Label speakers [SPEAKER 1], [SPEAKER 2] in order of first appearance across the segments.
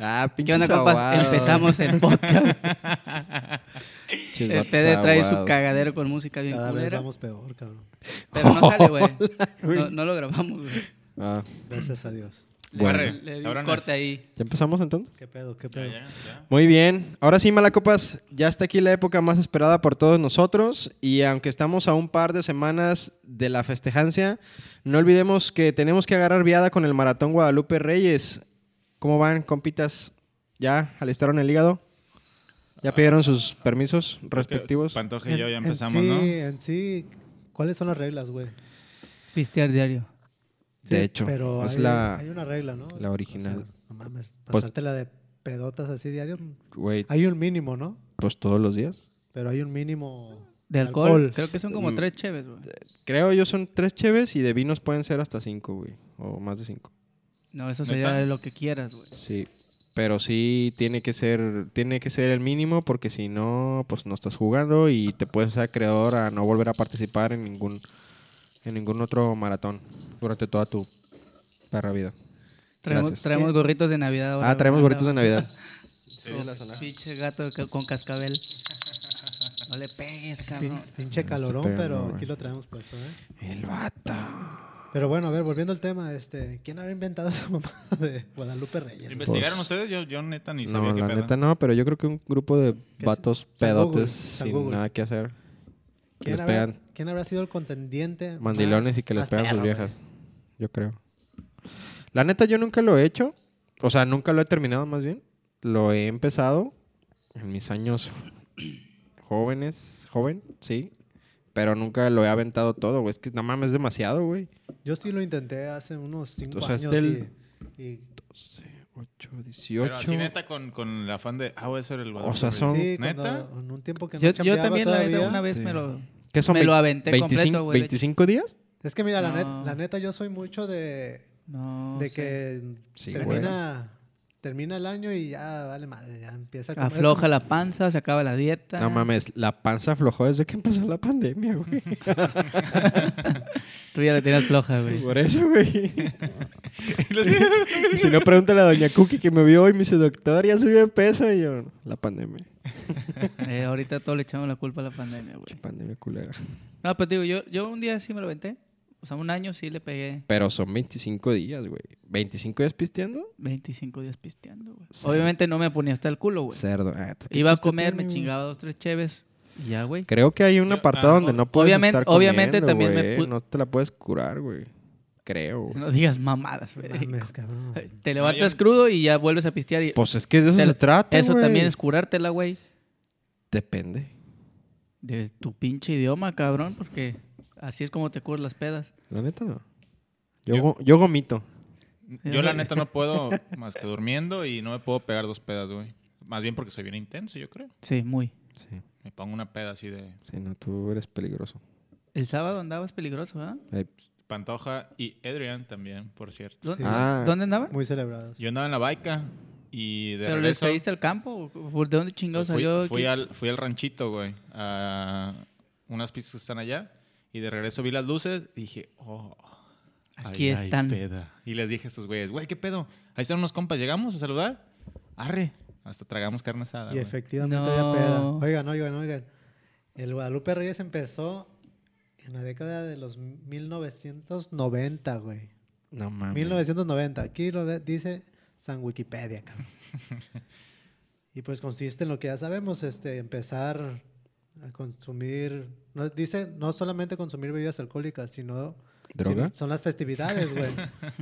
[SPEAKER 1] Ah,
[SPEAKER 2] ¿Qué
[SPEAKER 1] pinche
[SPEAKER 2] onda, compas? Empezamos el podcast. El Fede trae su cagadero con música bien
[SPEAKER 3] Cada vez
[SPEAKER 2] culera.
[SPEAKER 3] vamos peor, cabrón.
[SPEAKER 2] Pero no sale, güey. No, no lo grabamos, güey.
[SPEAKER 1] Ah,
[SPEAKER 3] Gracias a Dios.
[SPEAKER 2] Le-
[SPEAKER 1] Bueno.
[SPEAKER 2] Le, di un
[SPEAKER 4] Cabrones.
[SPEAKER 2] corte ahí.
[SPEAKER 1] ¿Ya empezamos entonces?
[SPEAKER 3] ¿Qué pedo? ¿Qué
[SPEAKER 4] Ya,
[SPEAKER 3] pedo?
[SPEAKER 4] ya, ya.
[SPEAKER 1] Muy bien, ahora sí, Malacopas, ya está aquí la época más esperada por todos nosotros y aunque estamos a un par de semanas de la festejancia, no olvidemos que tenemos que agarrar viada con el Maratón Guadalupe Reyes. ¿Cómo van, compitas? ¿Ya alistaron el hígado? ¿Ya pidieron sus permisos respectivos?
[SPEAKER 4] Pantoja y yo ya
[SPEAKER 3] En-
[SPEAKER 4] empezamos,
[SPEAKER 3] en sí,
[SPEAKER 4] ¿no?
[SPEAKER 3] En sí, ¿cuáles son las reglas, güey?
[SPEAKER 2] Pistear diario.
[SPEAKER 1] De hecho,
[SPEAKER 3] pero
[SPEAKER 1] es
[SPEAKER 3] hay,
[SPEAKER 1] la-
[SPEAKER 3] hay una regla, ¿no?
[SPEAKER 1] la original. Pues
[SPEAKER 3] O sea, no mames, pasártela de pedotas así diario.
[SPEAKER 1] Güey,
[SPEAKER 3] Hay un mínimo, ¿no?
[SPEAKER 1] pues todos los días.
[SPEAKER 3] Pero hay un mínimo
[SPEAKER 2] De alcohol. Creo que son como
[SPEAKER 1] Mm.
[SPEAKER 2] tres cheves, güey.
[SPEAKER 1] Creo yo son tres cheves y de vinos pueden ser hasta cinco, güey, o más de cinco.
[SPEAKER 2] No, eso
[SPEAKER 4] ¿Neta?
[SPEAKER 2] sería lo que quieras, güey.
[SPEAKER 1] Sí, pero sí tiene que ser, tiene que ser el mínimo porque si no, pues no estás jugando y te puedes hacer acreedor a no volver a participar en ningún, en ningún otro maratón durante toda tu perra vida.
[SPEAKER 2] Traemos,
[SPEAKER 1] Gracias.
[SPEAKER 2] traemos gorritos de Navidad ahora.
[SPEAKER 1] Ah, traemos
[SPEAKER 2] güey.
[SPEAKER 1] gorritos de Navidad.
[SPEAKER 4] Sí.
[SPEAKER 2] Como Pinche gato ca- con cascabel. No le pegues,
[SPEAKER 3] Pin-
[SPEAKER 2] cabrón.
[SPEAKER 1] No
[SPEAKER 3] pinche
[SPEAKER 1] se
[SPEAKER 3] calorón,
[SPEAKER 1] pega,
[SPEAKER 3] pero
[SPEAKER 1] no, güey.
[SPEAKER 3] aquí lo traemos puesto, ¿eh?
[SPEAKER 1] El vato.
[SPEAKER 3] Pero bueno, a ver, volviendo al tema, este, ¿quién había inventado esa mamada de Guadalupe Reyes? güey?
[SPEAKER 4] ¿Investigaron
[SPEAKER 1] Pues-
[SPEAKER 4] ustedes? Yo, yo neta ni sabía
[SPEAKER 1] No,
[SPEAKER 4] qué
[SPEAKER 1] la
[SPEAKER 4] pedo.
[SPEAKER 1] neta no, pero yo creo que un grupo de
[SPEAKER 3] se-
[SPEAKER 1] vatos
[SPEAKER 3] San Google,
[SPEAKER 1] pedotes
[SPEAKER 3] San
[SPEAKER 1] sin
[SPEAKER 3] Google.
[SPEAKER 1] nada que hacer. Que
[SPEAKER 3] ¿Quién
[SPEAKER 1] les
[SPEAKER 3] habrá,
[SPEAKER 1] pegan
[SPEAKER 3] quién habrá sido el contendiente?
[SPEAKER 1] mandilones
[SPEAKER 3] más-
[SPEAKER 1] y que les
[SPEAKER 3] más
[SPEAKER 1] pegan sus
[SPEAKER 3] perro,
[SPEAKER 1] viejas.
[SPEAKER 3] güey?
[SPEAKER 1] Yo creo. La neta, yo nunca lo he hecho. O sea, nunca lo he terminado, más bien. Lo he empezado en mis años jóvenes. Joven, sí. Pero nunca lo he aventado todo, güey. Es que no mames, es demasiado, güey.
[SPEAKER 3] Yo sí lo intenté hace unos cinco
[SPEAKER 1] O sea,
[SPEAKER 3] años
[SPEAKER 1] este el-
[SPEAKER 3] y, y
[SPEAKER 1] 12, 8,
[SPEAKER 4] Pero
[SPEAKER 1] 18.
[SPEAKER 4] así neta con, con el afán de, ah, voy a ser el
[SPEAKER 1] O sea,
[SPEAKER 4] Guadalupe
[SPEAKER 1] son-
[SPEAKER 4] Reyes.
[SPEAKER 3] Sí, cuando-
[SPEAKER 4] ¿Neta?
[SPEAKER 3] en un tiempo que no
[SPEAKER 2] Yo, yo
[SPEAKER 3] chambeaba
[SPEAKER 2] también, la neta,
[SPEAKER 3] todavía.
[SPEAKER 2] una vez
[SPEAKER 1] Sí.
[SPEAKER 2] me lo.
[SPEAKER 1] ¿Qué son?
[SPEAKER 2] me lo
[SPEAKER 1] vein-
[SPEAKER 2] aventé
[SPEAKER 1] 25,
[SPEAKER 2] completo, güey, de hecho.
[SPEAKER 1] ¿25 días?
[SPEAKER 3] Es que mira, la, net-
[SPEAKER 2] No.
[SPEAKER 3] la neta, yo soy mucho de,
[SPEAKER 2] No.
[SPEAKER 3] de
[SPEAKER 2] sé.
[SPEAKER 3] que
[SPEAKER 1] Sí,
[SPEAKER 3] termina, termina el año y ya vale madre, ya empieza como- es
[SPEAKER 2] Afloja
[SPEAKER 3] como-
[SPEAKER 2] la panza, se acaba la dieta.
[SPEAKER 1] No mames, la panza aflojó desde que empezó la pandemia, güey.
[SPEAKER 2] Tú ya la tienes floja, güey.
[SPEAKER 1] Por eso, güey. si no, pregúntale a doña Cookie que me vio hoy y me dice, doctor, ya subí de peso. Y yo, la pandemia.
[SPEAKER 2] Eh, ahorita todo le echamos la culpa a la pandemia,
[SPEAKER 1] Pinche
[SPEAKER 2] güey.
[SPEAKER 1] pandemia culera.
[SPEAKER 2] No, pero te digo, yo, yo un día sí me lo aventé. O sea, un año sí le pegué
[SPEAKER 1] Pero son 25 días, güey. ¿25 días pisteando?
[SPEAKER 2] 25 días pisteando, güey.
[SPEAKER 1] Sí.
[SPEAKER 2] Obviamente no me ponía hasta el culo, güey.
[SPEAKER 1] Cerdo. Ah, ¿tú qué
[SPEAKER 2] Iba a
[SPEAKER 1] chiste
[SPEAKER 2] comer, me
[SPEAKER 1] tiene, güey?
[SPEAKER 2] chingaba dos, tres cheves y ya, güey.
[SPEAKER 1] Creo que hay un
[SPEAKER 4] Yo-
[SPEAKER 1] apartado
[SPEAKER 4] ah,
[SPEAKER 1] donde
[SPEAKER 4] o-
[SPEAKER 1] no puedes
[SPEAKER 2] obviamente-
[SPEAKER 1] estar comiendo,
[SPEAKER 2] obviamente también me
[SPEAKER 1] güey.
[SPEAKER 2] pu-
[SPEAKER 1] No te la puedes curar, güey. Creo. güey.
[SPEAKER 2] No digas mamadas, güey.
[SPEAKER 3] Mames, cabrón.
[SPEAKER 2] Te levantas
[SPEAKER 4] yo-
[SPEAKER 2] crudo y ya vuelves a pistear. Y...
[SPEAKER 1] Pues es que de eso
[SPEAKER 2] Te-
[SPEAKER 1] se trata,
[SPEAKER 2] Eso
[SPEAKER 1] güey.
[SPEAKER 2] también es curártela, güey.
[SPEAKER 1] Depende.
[SPEAKER 2] De tu pinche idioma, cabrón, porque así es como te curas las pedas.
[SPEAKER 1] La neta no. Yo,
[SPEAKER 4] Yo-
[SPEAKER 1] go- yo gomito.
[SPEAKER 4] Yo la neta no puedo más que durmiendo y no me puedo pegar dos pedas, güey. Más bien porque soy bien intenso, yo creo.
[SPEAKER 2] Sí, muy.
[SPEAKER 1] Sí,
[SPEAKER 4] Me pongo una peda así de
[SPEAKER 1] sí, no, tú eres peligroso.
[SPEAKER 2] El sábado andabas peligroso, ¿verdad?
[SPEAKER 1] Ay, ps-
[SPEAKER 4] Pantoja y Adrián también, por cierto.
[SPEAKER 2] ¿Dónde,
[SPEAKER 1] Ah.
[SPEAKER 2] ¿dónde andabas?
[SPEAKER 3] Muy celebrados.
[SPEAKER 4] Yo andaba en la baica y de
[SPEAKER 2] ¿Pero les
[SPEAKER 4] regreso...
[SPEAKER 2] caíste al campo? ¿Por- ¿De dónde chingados
[SPEAKER 4] Pues fui,
[SPEAKER 2] salió?
[SPEAKER 4] fui
[SPEAKER 2] aquí?
[SPEAKER 4] al, fui al ranchito, güey. A unas pistas que están allá. Y de regreso vi las luces y dije, oh.
[SPEAKER 2] Aquí
[SPEAKER 4] ahí hay
[SPEAKER 2] están.
[SPEAKER 4] peda. Y les dije a estos güeyes, güey, ¿qué pedo? Ahí están unos compas, ¿llegamos a saludar? Arre. Hasta tragamos carne asada.
[SPEAKER 3] Y
[SPEAKER 4] güey.
[SPEAKER 3] efectivamente
[SPEAKER 2] No.
[SPEAKER 3] había peda. Oigan, oigan, oigan. El Guadalupe Reyes empezó en la década de los 1990, güey.
[SPEAKER 1] No mames.
[SPEAKER 3] 1990. Aquí lo ve- dice San Wikipedia, cabrón. y pues consiste en lo que ya sabemos, este, empezar a consumir, no, dice no solamente consumir bebidas alcohólicas, sino
[SPEAKER 1] ¿Droga?
[SPEAKER 3] sino- son las festividades, güey.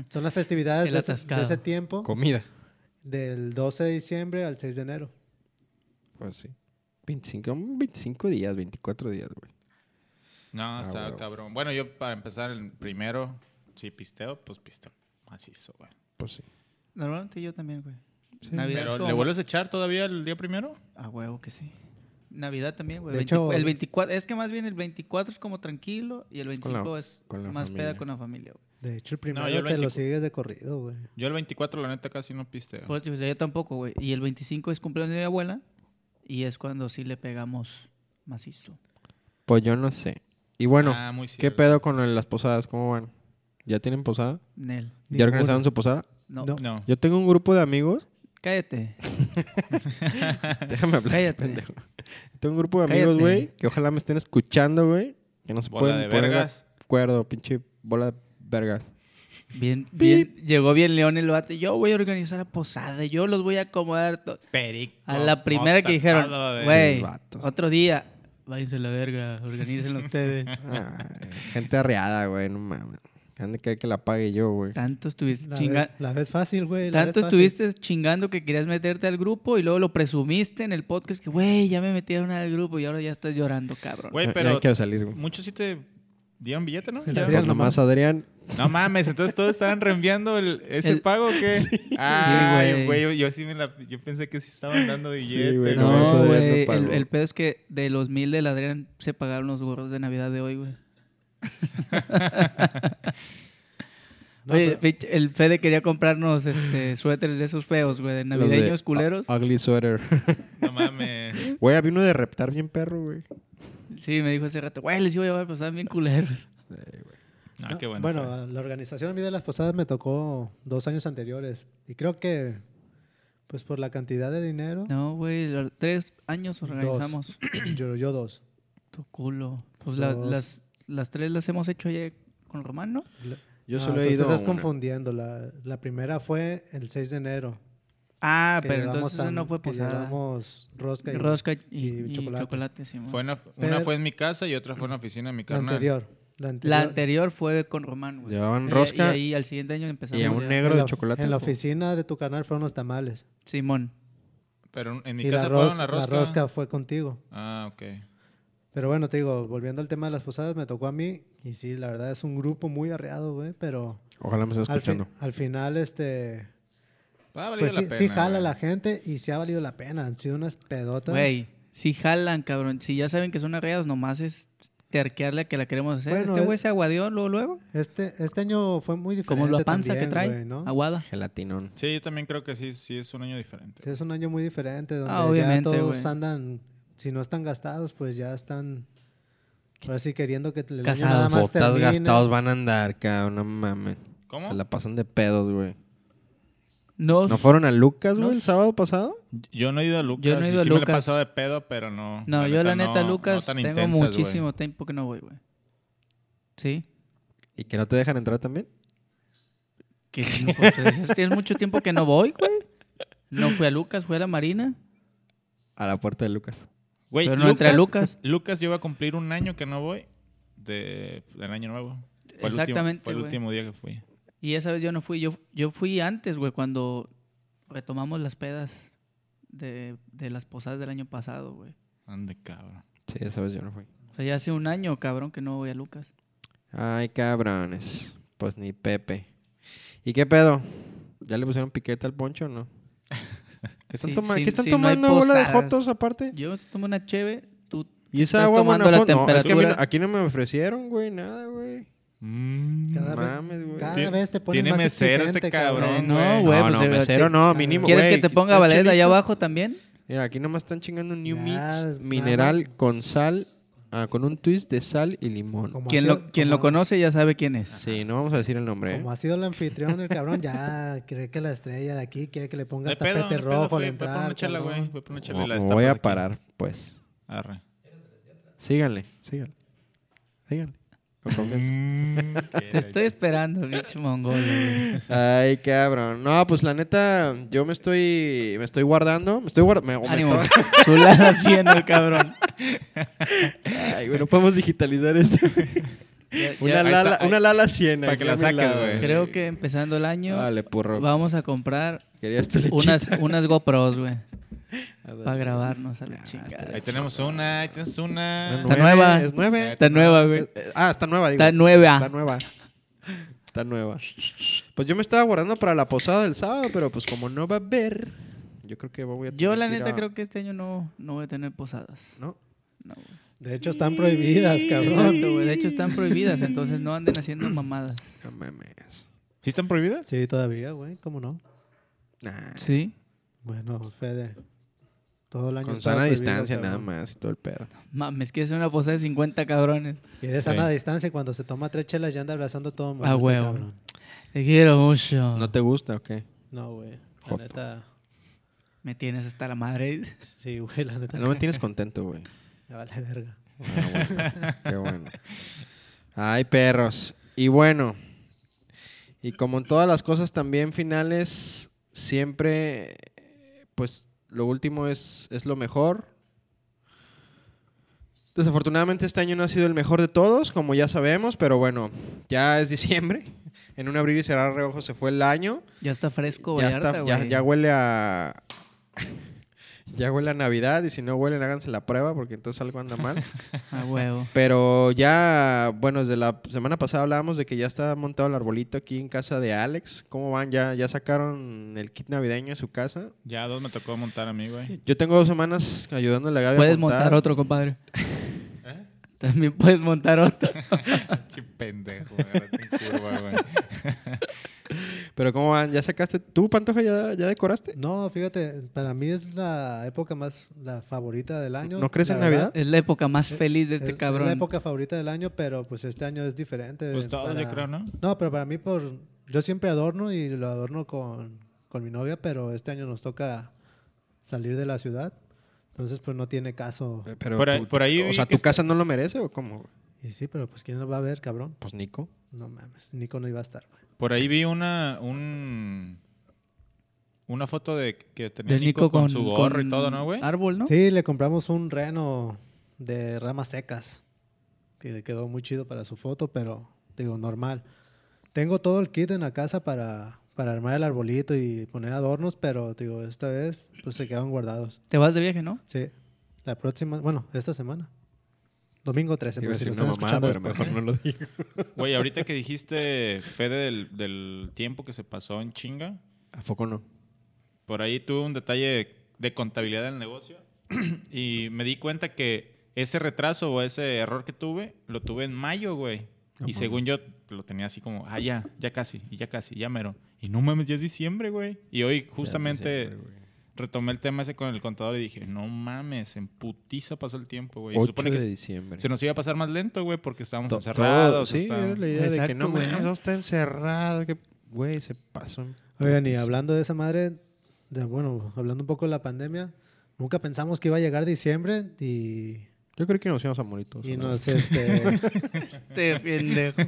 [SPEAKER 3] son las festividades
[SPEAKER 2] El
[SPEAKER 3] de ese, de
[SPEAKER 2] atascado.
[SPEAKER 3] ese tiempo,
[SPEAKER 1] Comida.
[SPEAKER 3] del 12 de diciembre al 6 de enero.
[SPEAKER 1] Pues sí. 25, mm, 25 días, 24 días, güey.
[SPEAKER 4] No,
[SPEAKER 1] Ah,
[SPEAKER 4] estaba
[SPEAKER 1] huevo.
[SPEAKER 4] cabrón. Bueno, yo para empezar, el primero, si pisteo, pues pisteo macizo, güey.
[SPEAKER 1] Pues sí.
[SPEAKER 2] Normalmente yo también, güey.
[SPEAKER 1] Sí.
[SPEAKER 2] Navidad es
[SPEAKER 4] Pero,
[SPEAKER 2] como-
[SPEAKER 4] ¿le vuelves a echar todavía el día primero?
[SPEAKER 2] A huevo que sí. Navidad también, güey.
[SPEAKER 3] De
[SPEAKER 2] 20
[SPEAKER 3] hecho-
[SPEAKER 2] el 24, es que más bien el 24 es como tranquilo y el 25 es
[SPEAKER 1] con la
[SPEAKER 2] más
[SPEAKER 1] familia.
[SPEAKER 2] peda con la familia, güey.
[SPEAKER 3] De hecho, el
[SPEAKER 4] yo
[SPEAKER 3] primero
[SPEAKER 4] el
[SPEAKER 3] te lo
[SPEAKER 4] 24.
[SPEAKER 3] sigues de corrido, güey.
[SPEAKER 4] Yo el 24, la neta, casi no pisteo.
[SPEAKER 2] Por eso, o sea, yo tampoco, güey. Y el 25 es cumpleaños de mi abuela y es cuando sí le pegamos macizo.
[SPEAKER 1] Pues yo no sé. Y bueno,
[SPEAKER 4] Ah, muy
[SPEAKER 1] ¿qué
[SPEAKER 4] cierto.
[SPEAKER 1] pedo con el- las posadas? ¿Cómo van? ¿Ya tienen posada?
[SPEAKER 2] Nel.
[SPEAKER 1] ¿Ya
[SPEAKER 3] Ninguna.
[SPEAKER 1] organizaron su posada?
[SPEAKER 2] No.
[SPEAKER 3] No.
[SPEAKER 4] No.
[SPEAKER 1] Yo tengo un grupo de amigos
[SPEAKER 2] Cállate.
[SPEAKER 1] Déjame hablar,
[SPEAKER 2] Cállate.
[SPEAKER 1] pendejo. Tengo un grupo de amigos,
[SPEAKER 2] Cállate.
[SPEAKER 1] güey, que ojalá me estén escuchando, güey. Que nos
[SPEAKER 4] Bola
[SPEAKER 1] pueden
[SPEAKER 4] de
[SPEAKER 1] poner de
[SPEAKER 4] vergas.
[SPEAKER 1] acuerdo, pinche bola de vergas.
[SPEAKER 2] Bien, bien. Llegó bien León el vato. Yo voy a organizar la posada. Yo los voy a acomodar. to-".
[SPEAKER 4] Perico.
[SPEAKER 2] A la primera
[SPEAKER 4] mota,
[SPEAKER 2] que dijeron,
[SPEAKER 4] todo, güey.
[SPEAKER 1] Sí,
[SPEAKER 2] güey,
[SPEAKER 1] vatos.
[SPEAKER 2] otro día. Váyanse a la verga. Organícenlo ustedes.
[SPEAKER 1] Ay, Ah, gente arreada, güey, no mames. Han de querer que la pague yo, güey.
[SPEAKER 2] Tanto estuviste
[SPEAKER 3] La,
[SPEAKER 2] chingando.
[SPEAKER 3] ves, la ves fácil, güey. la
[SPEAKER 2] Tanto
[SPEAKER 3] ves fácil.
[SPEAKER 2] estuviste chingando que querías meterte al grupo y luego lo presumiste en el podcast que, güey, ya me metieron al grupo y ahora ya estás llorando, cabrón.
[SPEAKER 4] Güey,
[SPEAKER 1] Ya- ya
[SPEAKER 4] pero
[SPEAKER 1] quiero salir, güey.
[SPEAKER 4] muchos sí te dieron billete, ¿no?
[SPEAKER 3] El
[SPEAKER 4] Ya.
[SPEAKER 3] Adrián
[SPEAKER 1] Por nomás Adrián.
[SPEAKER 4] No mames, entonces todos estaban reenviando el, ese
[SPEAKER 2] El-
[SPEAKER 4] pago que. Ah,
[SPEAKER 2] Sí, güey.
[SPEAKER 4] güey. yo, yo sí me la. Yo pensé que sí estaban dando billete.
[SPEAKER 1] güey,
[SPEAKER 4] güey.
[SPEAKER 1] nomás
[SPEAKER 2] no,
[SPEAKER 1] Adrián no
[SPEAKER 2] güey, el,
[SPEAKER 1] pagó.
[SPEAKER 2] el pedo es que de los mil del Adrián se pagaron los gorros de Navidad de hoy, güey.
[SPEAKER 3] No,
[SPEAKER 2] Oye,
[SPEAKER 3] pero-
[SPEAKER 2] pinche- el Fede quería comprarnos este, suéteres de esos feos, güey, de
[SPEAKER 1] los de
[SPEAKER 2] navideños culeros.
[SPEAKER 1] U- Ugly sweater.
[SPEAKER 4] No mames.
[SPEAKER 1] Güey, había uno de reptar bien perro, güey.
[SPEAKER 2] Sí, me dijo hace rato, güey, les iba a llevar, pero estaban bien culeros.
[SPEAKER 4] No,
[SPEAKER 3] no,
[SPEAKER 4] Ah, qué bueno.
[SPEAKER 3] bueno,
[SPEAKER 4] fue.
[SPEAKER 3] a la organización a mí de las posadas me tocó dos años anteriores. Y creo que, pues por la cantidad de dinero,
[SPEAKER 2] No, güey, los tres años organizamos
[SPEAKER 3] yo, yo dos.
[SPEAKER 2] tu culo. Pues la-
[SPEAKER 3] Dos.
[SPEAKER 2] las, las tres las hemos hecho allá con Román, ¿no?
[SPEAKER 1] Yo
[SPEAKER 3] Ah,
[SPEAKER 1] solo
[SPEAKER 3] tú
[SPEAKER 1] he
[SPEAKER 3] te
[SPEAKER 1] ido. a
[SPEAKER 3] estás
[SPEAKER 1] una.
[SPEAKER 3] confundiendo. La, la primera fue el 6 de enero.
[SPEAKER 2] Ah,
[SPEAKER 3] que
[SPEAKER 2] pero
[SPEAKER 3] llevamos
[SPEAKER 2] entonces esa
[SPEAKER 3] tan-
[SPEAKER 2] no fue
[SPEAKER 3] que
[SPEAKER 2] posada.
[SPEAKER 3] llevamos rosca y
[SPEAKER 2] Rosca y, y
[SPEAKER 3] y
[SPEAKER 2] chocolate.
[SPEAKER 3] chocolate.
[SPEAKER 2] sí, mo.
[SPEAKER 4] Fue en la- una
[SPEAKER 3] ah, Pero-
[SPEAKER 4] fue en mi casa y otra fue en la oficina de mi
[SPEAKER 3] la
[SPEAKER 4] carnal.
[SPEAKER 3] anterior. La
[SPEAKER 2] La
[SPEAKER 3] anterior.
[SPEAKER 2] anterior fue con Román, güey.
[SPEAKER 1] Llevaban
[SPEAKER 2] Y-
[SPEAKER 1] rosca
[SPEAKER 2] Y, ahí al siguiente año empezamos.
[SPEAKER 1] y a
[SPEAKER 2] ya.
[SPEAKER 1] un
[SPEAKER 3] En
[SPEAKER 1] negro
[SPEAKER 3] la-
[SPEAKER 1] de chocolate.
[SPEAKER 3] En la
[SPEAKER 1] güey.
[SPEAKER 3] oficina de tu canal fueron los tamales.
[SPEAKER 2] Simón.
[SPEAKER 4] Pero en mi
[SPEAKER 3] y
[SPEAKER 4] casa
[SPEAKER 3] la, ros-
[SPEAKER 4] fueron la rosca.
[SPEAKER 3] la rosca fue contigo.
[SPEAKER 4] Ah, ok.
[SPEAKER 3] Pero bueno, te digo, volviendo al tema de las posadas, me tocó a mí. Y sí, la verdad es un grupo muy arreado, güey. Pero
[SPEAKER 1] Ojalá me estés
[SPEAKER 3] al, fi-
[SPEAKER 1] escuchando.
[SPEAKER 3] al final, este.
[SPEAKER 4] Va a valer
[SPEAKER 3] Pues
[SPEAKER 4] la
[SPEAKER 3] sí,
[SPEAKER 4] pena.
[SPEAKER 3] sí jala
[SPEAKER 4] güey.
[SPEAKER 3] la gente y sí ha valido la pena. Han sido unas pedotas.
[SPEAKER 2] Güey, si jalan, cabrón. Si ya saben que son arreados, nomás es terquearle a que la queremos hacer.
[SPEAKER 3] Bueno,
[SPEAKER 2] este
[SPEAKER 3] es-
[SPEAKER 2] güey se aguadeó luego, luego.
[SPEAKER 3] Este, este año fue muy diferente.
[SPEAKER 2] Como la panza
[SPEAKER 3] también,
[SPEAKER 2] que trae. Ah,
[SPEAKER 3] güey, ¿no?
[SPEAKER 2] Aguada.
[SPEAKER 1] Gelatinón.
[SPEAKER 4] Sí, yo también creo que sí, sí es un año diferente.
[SPEAKER 3] Es un año muy diferente donde
[SPEAKER 2] Ah, obviamente,
[SPEAKER 3] ya todos
[SPEAKER 2] güey.
[SPEAKER 3] andan, si no están gastados, pues ya están ahora sí queriendo que el año
[SPEAKER 2] Casados.
[SPEAKER 3] nada más
[SPEAKER 1] Botas
[SPEAKER 3] termine.
[SPEAKER 1] gastados van a andar, cabrón. No mames.
[SPEAKER 4] ¿Cómo?
[SPEAKER 1] Se la pasan de pedos, güey.
[SPEAKER 2] No,
[SPEAKER 1] ¿No fueron a Lucas,
[SPEAKER 2] no
[SPEAKER 1] güey, el
[SPEAKER 2] sé.
[SPEAKER 1] sábado pasado?
[SPEAKER 4] Yo no he ido a Lucas.
[SPEAKER 2] Yo no he
[SPEAKER 4] y
[SPEAKER 2] ido a
[SPEAKER 4] sí me la
[SPEAKER 2] Lucas.
[SPEAKER 4] he pasado de pedo, pero no.
[SPEAKER 2] no, yo la neta,
[SPEAKER 4] no- no
[SPEAKER 2] Lucas,
[SPEAKER 4] tan
[SPEAKER 2] tengo
[SPEAKER 4] intensas, güey.
[SPEAKER 2] muchísimo tiempo que no voy, güey. ¿Sí?
[SPEAKER 1] ¿Y que no te dejan entrar también?
[SPEAKER 2] Que pues, es- tienes mucho tiempo que no voy, güey. No fui a Lucas, fui a la Marina.
[SPEAKER 1] A la puerta de Lucas.
[SPEAKER 4] Güey,
[SPEAKER 2] Pero no entré a Lucas.
[SPEAKER 4] Lucas, yo iba a cumplir un año que no voy de, del año nuevo. Fue el último-
[SPEAKER 2] Exactamente,
[SPEAKER 4] fue el
[SPEAKER 2] güey.
[SPEAKER 4] último día que fui.
[SPEAKER 2] Y esa vez yo no fui, yo, yo fui antes, güey, cuando retomamos las pedas de, de las posadas del año pasado, güey.
[SPEAKER 4] Ande, cabrón.
[SPEAKER 1] Sí, esa vez yo no fui.
[SPEAKER 2] O sea, ya hace un año, cabrón, que no voy a Lucas.
[SPEAKER 1] Ay, cabrones. Pues ni Pepe. ¿Y qué pedo? ¿Ya le pusieron piquete al poncho o no? ¿Qué están,
[SPEAKER 2] Sí,
[SPEAKER 1] toma-
[SPEAKER 2] sí,
[SPEAKER 1] ¿qué están
[SPEAKER 2] sí, no hay
[SPEAKER 1] tomando? ¿Bola de
[SPEAKER 2] posadas.
[SPEAKER 1] jotos aparte?
[SPEAKER 2] Yo tomo una cheve, tú...
[SPEAKER 1] ¿Y esa
[SPEAKER 2] Estás
[SPEAKER 1] agua
[SPEAKER 2] tomando la
[SPEAKER 1] buena No, es que a mí no-
[SPEAKER 2] temperatura.
[SPEAKER 1] aquí no me ofrecieron, güey, nada, güey.
[SPEAKER 3] Cada vez-
[SPEAKER 1] Mames, güey.
[SPEAKER 3] Cada
[SPEAKER 4] Tien-
[SPEAKER 3] vez te ponen
[SPEAKER 4] Mm. tiene
[SPEAKER 3] más
[SPEAKER 4] mesero este
[SPEAKER 3] exigente,
[SPEAKER 4] cabrón.
[SPEAKER 2] no, güey.
[SPEAKER 4] güey.
[SPEAKER 1] no,
[SPEAKER 2] pues,
[SPEAKER 1] no,
[SPEAKER 2] eh,
[SPEAKER 1] mesero
[SPEAKER 2] sí.
[SPEAKER 1] no, mínimo,
[SPEAKER 2] ¿Quieres
[SPEAKER 1] güey,
[SPEAKER 2] que te ponga
[SPEAKER 1] un
[SPEAKER 2] ballet allá
[SPEAKER 1] chelito.
[SPEAKER 2] abajo también?
[SPEAKER 1] Mira, aquí nomás están chingando New
[SPEAKER 3] Ya,
[SPEAKER 1] Mix
[SPEAKER 3] nada
[SPEAKER 1] mineral con sal, ah, con un twist de sal y limón.
[SPEAKER 3] Como
[SPEAKER 2] Quien
[SPEAKER 3] ha
[SPEAKER 2] lo,
[SPEAKER 3] sido-
[SPEAKER 2] quien lo
[SPEAKER 3] como-
[SPEAKER 2] conoce ya sabe quién es.
[SPEAKER 1] Sí, no vamos a decir el nombre. ¿eh?
[SPEAKER 3] Como ha sido el anfitrión, el cabrón ya cree que la estrella de aquí quiere que le
[SPEAKER 4] De
[SPEAKER 3] pongas
[SPEAKER 4] pedo, de
[SPEAKER 3] tapete
[SPEAKER 4] pedo
[SPEAKER 3] rojo al
[SPEAKER 4] fui, Voy por
[SPEAKER 3] entrar.
[SPEAKER 4] una chela, güey.
[SPEAKER 3] cabrón.
[SPEAKER 4] Voy por una chela y la
[SPEAKER 1] Me
[SPEAKER 4] destapas
[SPEAKER 1] voy a
[SPEAKER 4] aquí.
[SPEAKER 1] parar, pues.
[SPEAKER 4] Arre.
[SPEAKER 1] Síganle, síganle. Síganle. Con confianza.
[SPEAKER 4] Mm,
[SPEAKER 2] Te estoy esperando, pinche mongol. güey.
[SPEAKER 1] Ay, cabrón. No, pues la neta, yo me estoy, me estoy guardando. Me estoy guardando.
[SPEAKER 2] Ánimo. Chulada haciendo el cabrón.
[SPEAKER 1] Ay, güey, no podemos digitalizar esto.
[SPEAKER 2] Ya- ya-
[SPEAKER 1] Una
[SPEAKER 4] ahí
[SPEAKER 1] lala,
[SPEAKER 4] está, ahí-
[SPEAKER 1] una lala 100.
[SPEAKER 4] para
[SPEAKER 1] aquí
[SPEAKER 4] que la
[SPEAKER 1] a mi
[SPEAKER 4] saques,
[SPEAKER 1] lado,
[SPEAKER 4] güey.
[SPEAKER 2] Creo que empezando el año
[SPEAKER 1] Dale, porro.
[SPEAKER 2] vamos a comprar
[SPEAKER 1] Querías
[SPEAKER 4] este
[SPEAKER 1] tu lechita.
[SPEAKER 2] unas, unas GoPros, güey,
[SPEAKER 1] Ándale.
[SPEAKER 2] para grabarnos a la
[SPEAKER 1] Ah,
[SPEAKER 2] chingada.
[SPEAKER 4] Ahí tenemos una, ahí tienes una.
[SPEAKER 1] Nueve,
[SPEAKER 2] nueva.
[SPEAKER 1] Es nueve.
[SPEAKER 2] Está nueva, güey.
[SPEAKER 1] Eh, Ah, está nueva, digo.
[SPEAKER 2] Está nueva.
[SPEAKER 1] Está nueva. Está nueva. Pues yo me estaba guardando para la posada del sábado, pero pues como no va a haber, yo creo que voy a
[SPEAKER 2] Yo la
[SPEAKER 1] tener que
[SPEAKER 2] neta
[SPEAKER 1] ir
[SPEAKER 2] creo que este año no, no voy a tener posadas.
[SPEAKER 1] a- ¿No?
[SPEAKER 2] No, güey.
[SPEAKER 3] De hecho, están prohibidas, cabrón.
[SPEAKER 2] Exacto, güey. De hecho están prohibidas, entonces no anden haciendo mamadas.
[SPEAKER 1] No mames.
[SPEAKER 4] ¿Sí están prohibidas?
[SPEAKER 3] Sí, todavía, güey, ¿cómo no?
[SPEAKER 1] Nah,
[SPEAKER 2] Sí.
[SPEAKER 3] Bueno, Fede, todo el año
[SPEAKER 1] con
[SPEAKER 3] estaba
[SPEAKER 1] sana
[SPEAKER 3] prohibido,
[SPEAKER 1] distancia
[SPEAKER 3] cabrón.
[SPEAKER 1] nada más y todo el pedo.
[SPEAKER 2] Mames, que es una posada de 50 cabrones.
[SPEAKER 3] Quiere
[SPEAKER 4] Sí.
[SPEAKER 3] sana distancia y cuando se toma tres chelas ya anda abrazando a todo el mundo.
[SPEAKER 2] Ah,
[SPEAKER 3] este
[SPEAKER 2] huevo.
[SPEAKER 3] cabrón.
[SPEAKER 2] Te quiero mucho.
[SPEAKER 1] ¿No te gusta o qué?
[SPEAKER 3] No, güey. La
[SPEAKER 1] Joto.
[SPEAKER 3] neta.
[SPEAKER 2] Me tienes hasta la madre.
[SPEAKER 3] Sí, güey, la neta.
[SPEAKER 1] No me tienes contento, güey.
[SPEAKER 3] Me vale verga.
[SPEAKER 1] Ah, bueno. Qué bueno. Ay, perros. Y bueno, y como en todas las cosas también finales, siempre, eh, pues lo último es, es lo mejor. Desafortunadamente este año no ha sido el mejor de todos, como ya sabemos, pero bueno, ya es diciembre. En un abrir y cerrar reojos se fue el año.
[SPEAKER 2] Ya está fresco,
[SPEAKER 1] Ya,
[SPEAKER 2] Vallarta,
[SPEAKER 1] está- ya-
[SPEAKER 2] güey.
[SPEAKER 1] ya huele a. ya huele a Navidad y si no huelen, háganse la prueba porque entonces algo anda mal.
[SPEAKER 2] A huevo.
[SPEAKER 1] Pero ya, bueno, desde la semana pasada hablábamos de que ya está montado el arbolito aquí en casa de Alex. ¿Cómo van? ¿Ya, ya sacaron el kit navideño de su casa?
[SPEAKER 4] Ya dos me tocó montar a mí, güey.
[SPEAKER 1] Yo tengo dos semanas ayudándole a Gaby a
[SPEAKER 2] Puedes
[SPEAKER 1] montar.
[SPEAKER 2] montar otro, compadre. También puedes montar otro.
[SPEAKER 4] Che pendejo, güey, ahora te curva, güey.
[SPEAKER 1] Pero ¿cómo van? ¿Ya sacaste? ¿Tú, Pantoja, ya, ya decoraste?
[SPEAKER 3] No, fíjate, para mí es la época más, la favorita del año.
[SPEAKER 1] ¿No crees
[SPEAKER 3] la
[SPEAKER 1] en
[SPEAKER 3] verdad.
[SPEAKER 1] Navidad?
[SPEAKER 2] Es la época más feliz de este
[SPEAKER 3] es,
[SPEAKER 2] cabrón.
[SPEAKER 3] Es la época favorita del año, pero pues este año es diferente.
[SPEAKER 4] Pues todo, yo creo, ¿no?
[SPEAKER 3] No, pero para mí, por yo siempre adorno y lo adorno con, con mi novia, pero este año nos toca salir de la ciudad. Entonces, pues no tiene caso.
[SPEAKER 1] Pero
[SPEAKER 4] Por ahí-
[SPEAKER 1] tú-
[SPEAKER 4] por ahí
[SPEAKER 1] o
[SPEAKER 4] vi
[SPEAKER 1] sea,
[SPEAKER 4] que
[SPEAKER 1] ¿tu
[SPEAKER 4] está-
[SPEAKER 1] casa no lo merece o cómo?
[SPEAKER 3] Y sí, pero pues ¿quién lo va a ver, cabrón?
[SPEAKER 1] Pues Nico.
[SPEAKER 3] No mames, Nico no iba a estar. güey.
[SPEAKER 4] Por ahí vi una, un, una foto de que tenía
[SPEAKER 2] De
[SPEAKER 4] Nico, con, su gorro y todo, ¿no, güey?
[SPEAKER 2] Árbol, ¿no?
[SPEAKER 3] Sí, le compramos un reno de ramas secas, que le quedó muy chido para su foto, pero digo, normal. Tengo todo el kit en la casa para, para armar el arbolito y poner adornos, pero digo, esta vez pues se quedaron guardados.
[SPEAKER 2] Te vas de viaje, ¿no?
[SPEAKER 3] Sí, la próxima, bueno, esta semana. Domingo 13,
[SPEAKER 1] Iba a
[SPEAKER 3] pero si lo
[SPEAKER 1] decir una
[SPEAKER 3] están
[SPEAKER 1] mamá,
[SPEAKER 3] escuchando
[SPEAKER 1] pero mejor
[SPEAKER 3] después.
[SPEAKER 1] no lo digo.
[SPEAKER 4] Güey, ahorita que dijiste, Fede, del, del tiempo que se pasó en chinga,
[SPEAKER 1] ¿A poco no?
[SPEAKER 4] por ahí tuve un detalle de contabilidad del negocio y me di cuenta que ese retraso o ese error que tuve, lo tuve en mayo, güey. Y según yo, lo tenía así como, ah, ya, ya casi, y ya casi, ya mero. Y no mames, ya es diciembre, güey. Y hoy justamente retomé el tema ese con el contador y dije, no mames, en putiza pasó el tiempo, güey. Y Se
[SPEAKER 1] 8
[SPEAKER 4] supone
[SPEAKER 1] de
[SPEAKER 4] que
[SPEAKER 1] diciembre.
[SPEAKER 4] se nos iba a pasar más lento, güey, porque estábamos
[SPEAKER 1] To- todo-
[SPEAKER 4] encerrados.
[SPEAKER 1] sí,
[SPEAKER 4] estábamos-
[SPEAKER 1] era la idea de que
[SPEAKER 2] Exacto,
[SPEAKER 1] no,
[SPEAKER 2] güey.
[SPEAKER 1] mames, vamos a estar encerrados. Que, güey, se pasó. en
[SPEAKER 3] Oigan, y
[SPEAKER 1] putiza.
[SPEAKER 3] hablando de esa madre, de- bueno, hablando un poco de la pandemia, nunca pensamos que iba a llegar diciembre y,
[SPEAKER 1] Yo creo que nos íbamos a morir todos.
[SPEAKER 3] y
[SPEAKER 1] ¿no?
[SPEAKER 3] nos, este...
[SPEAKER 2] Este pendejo.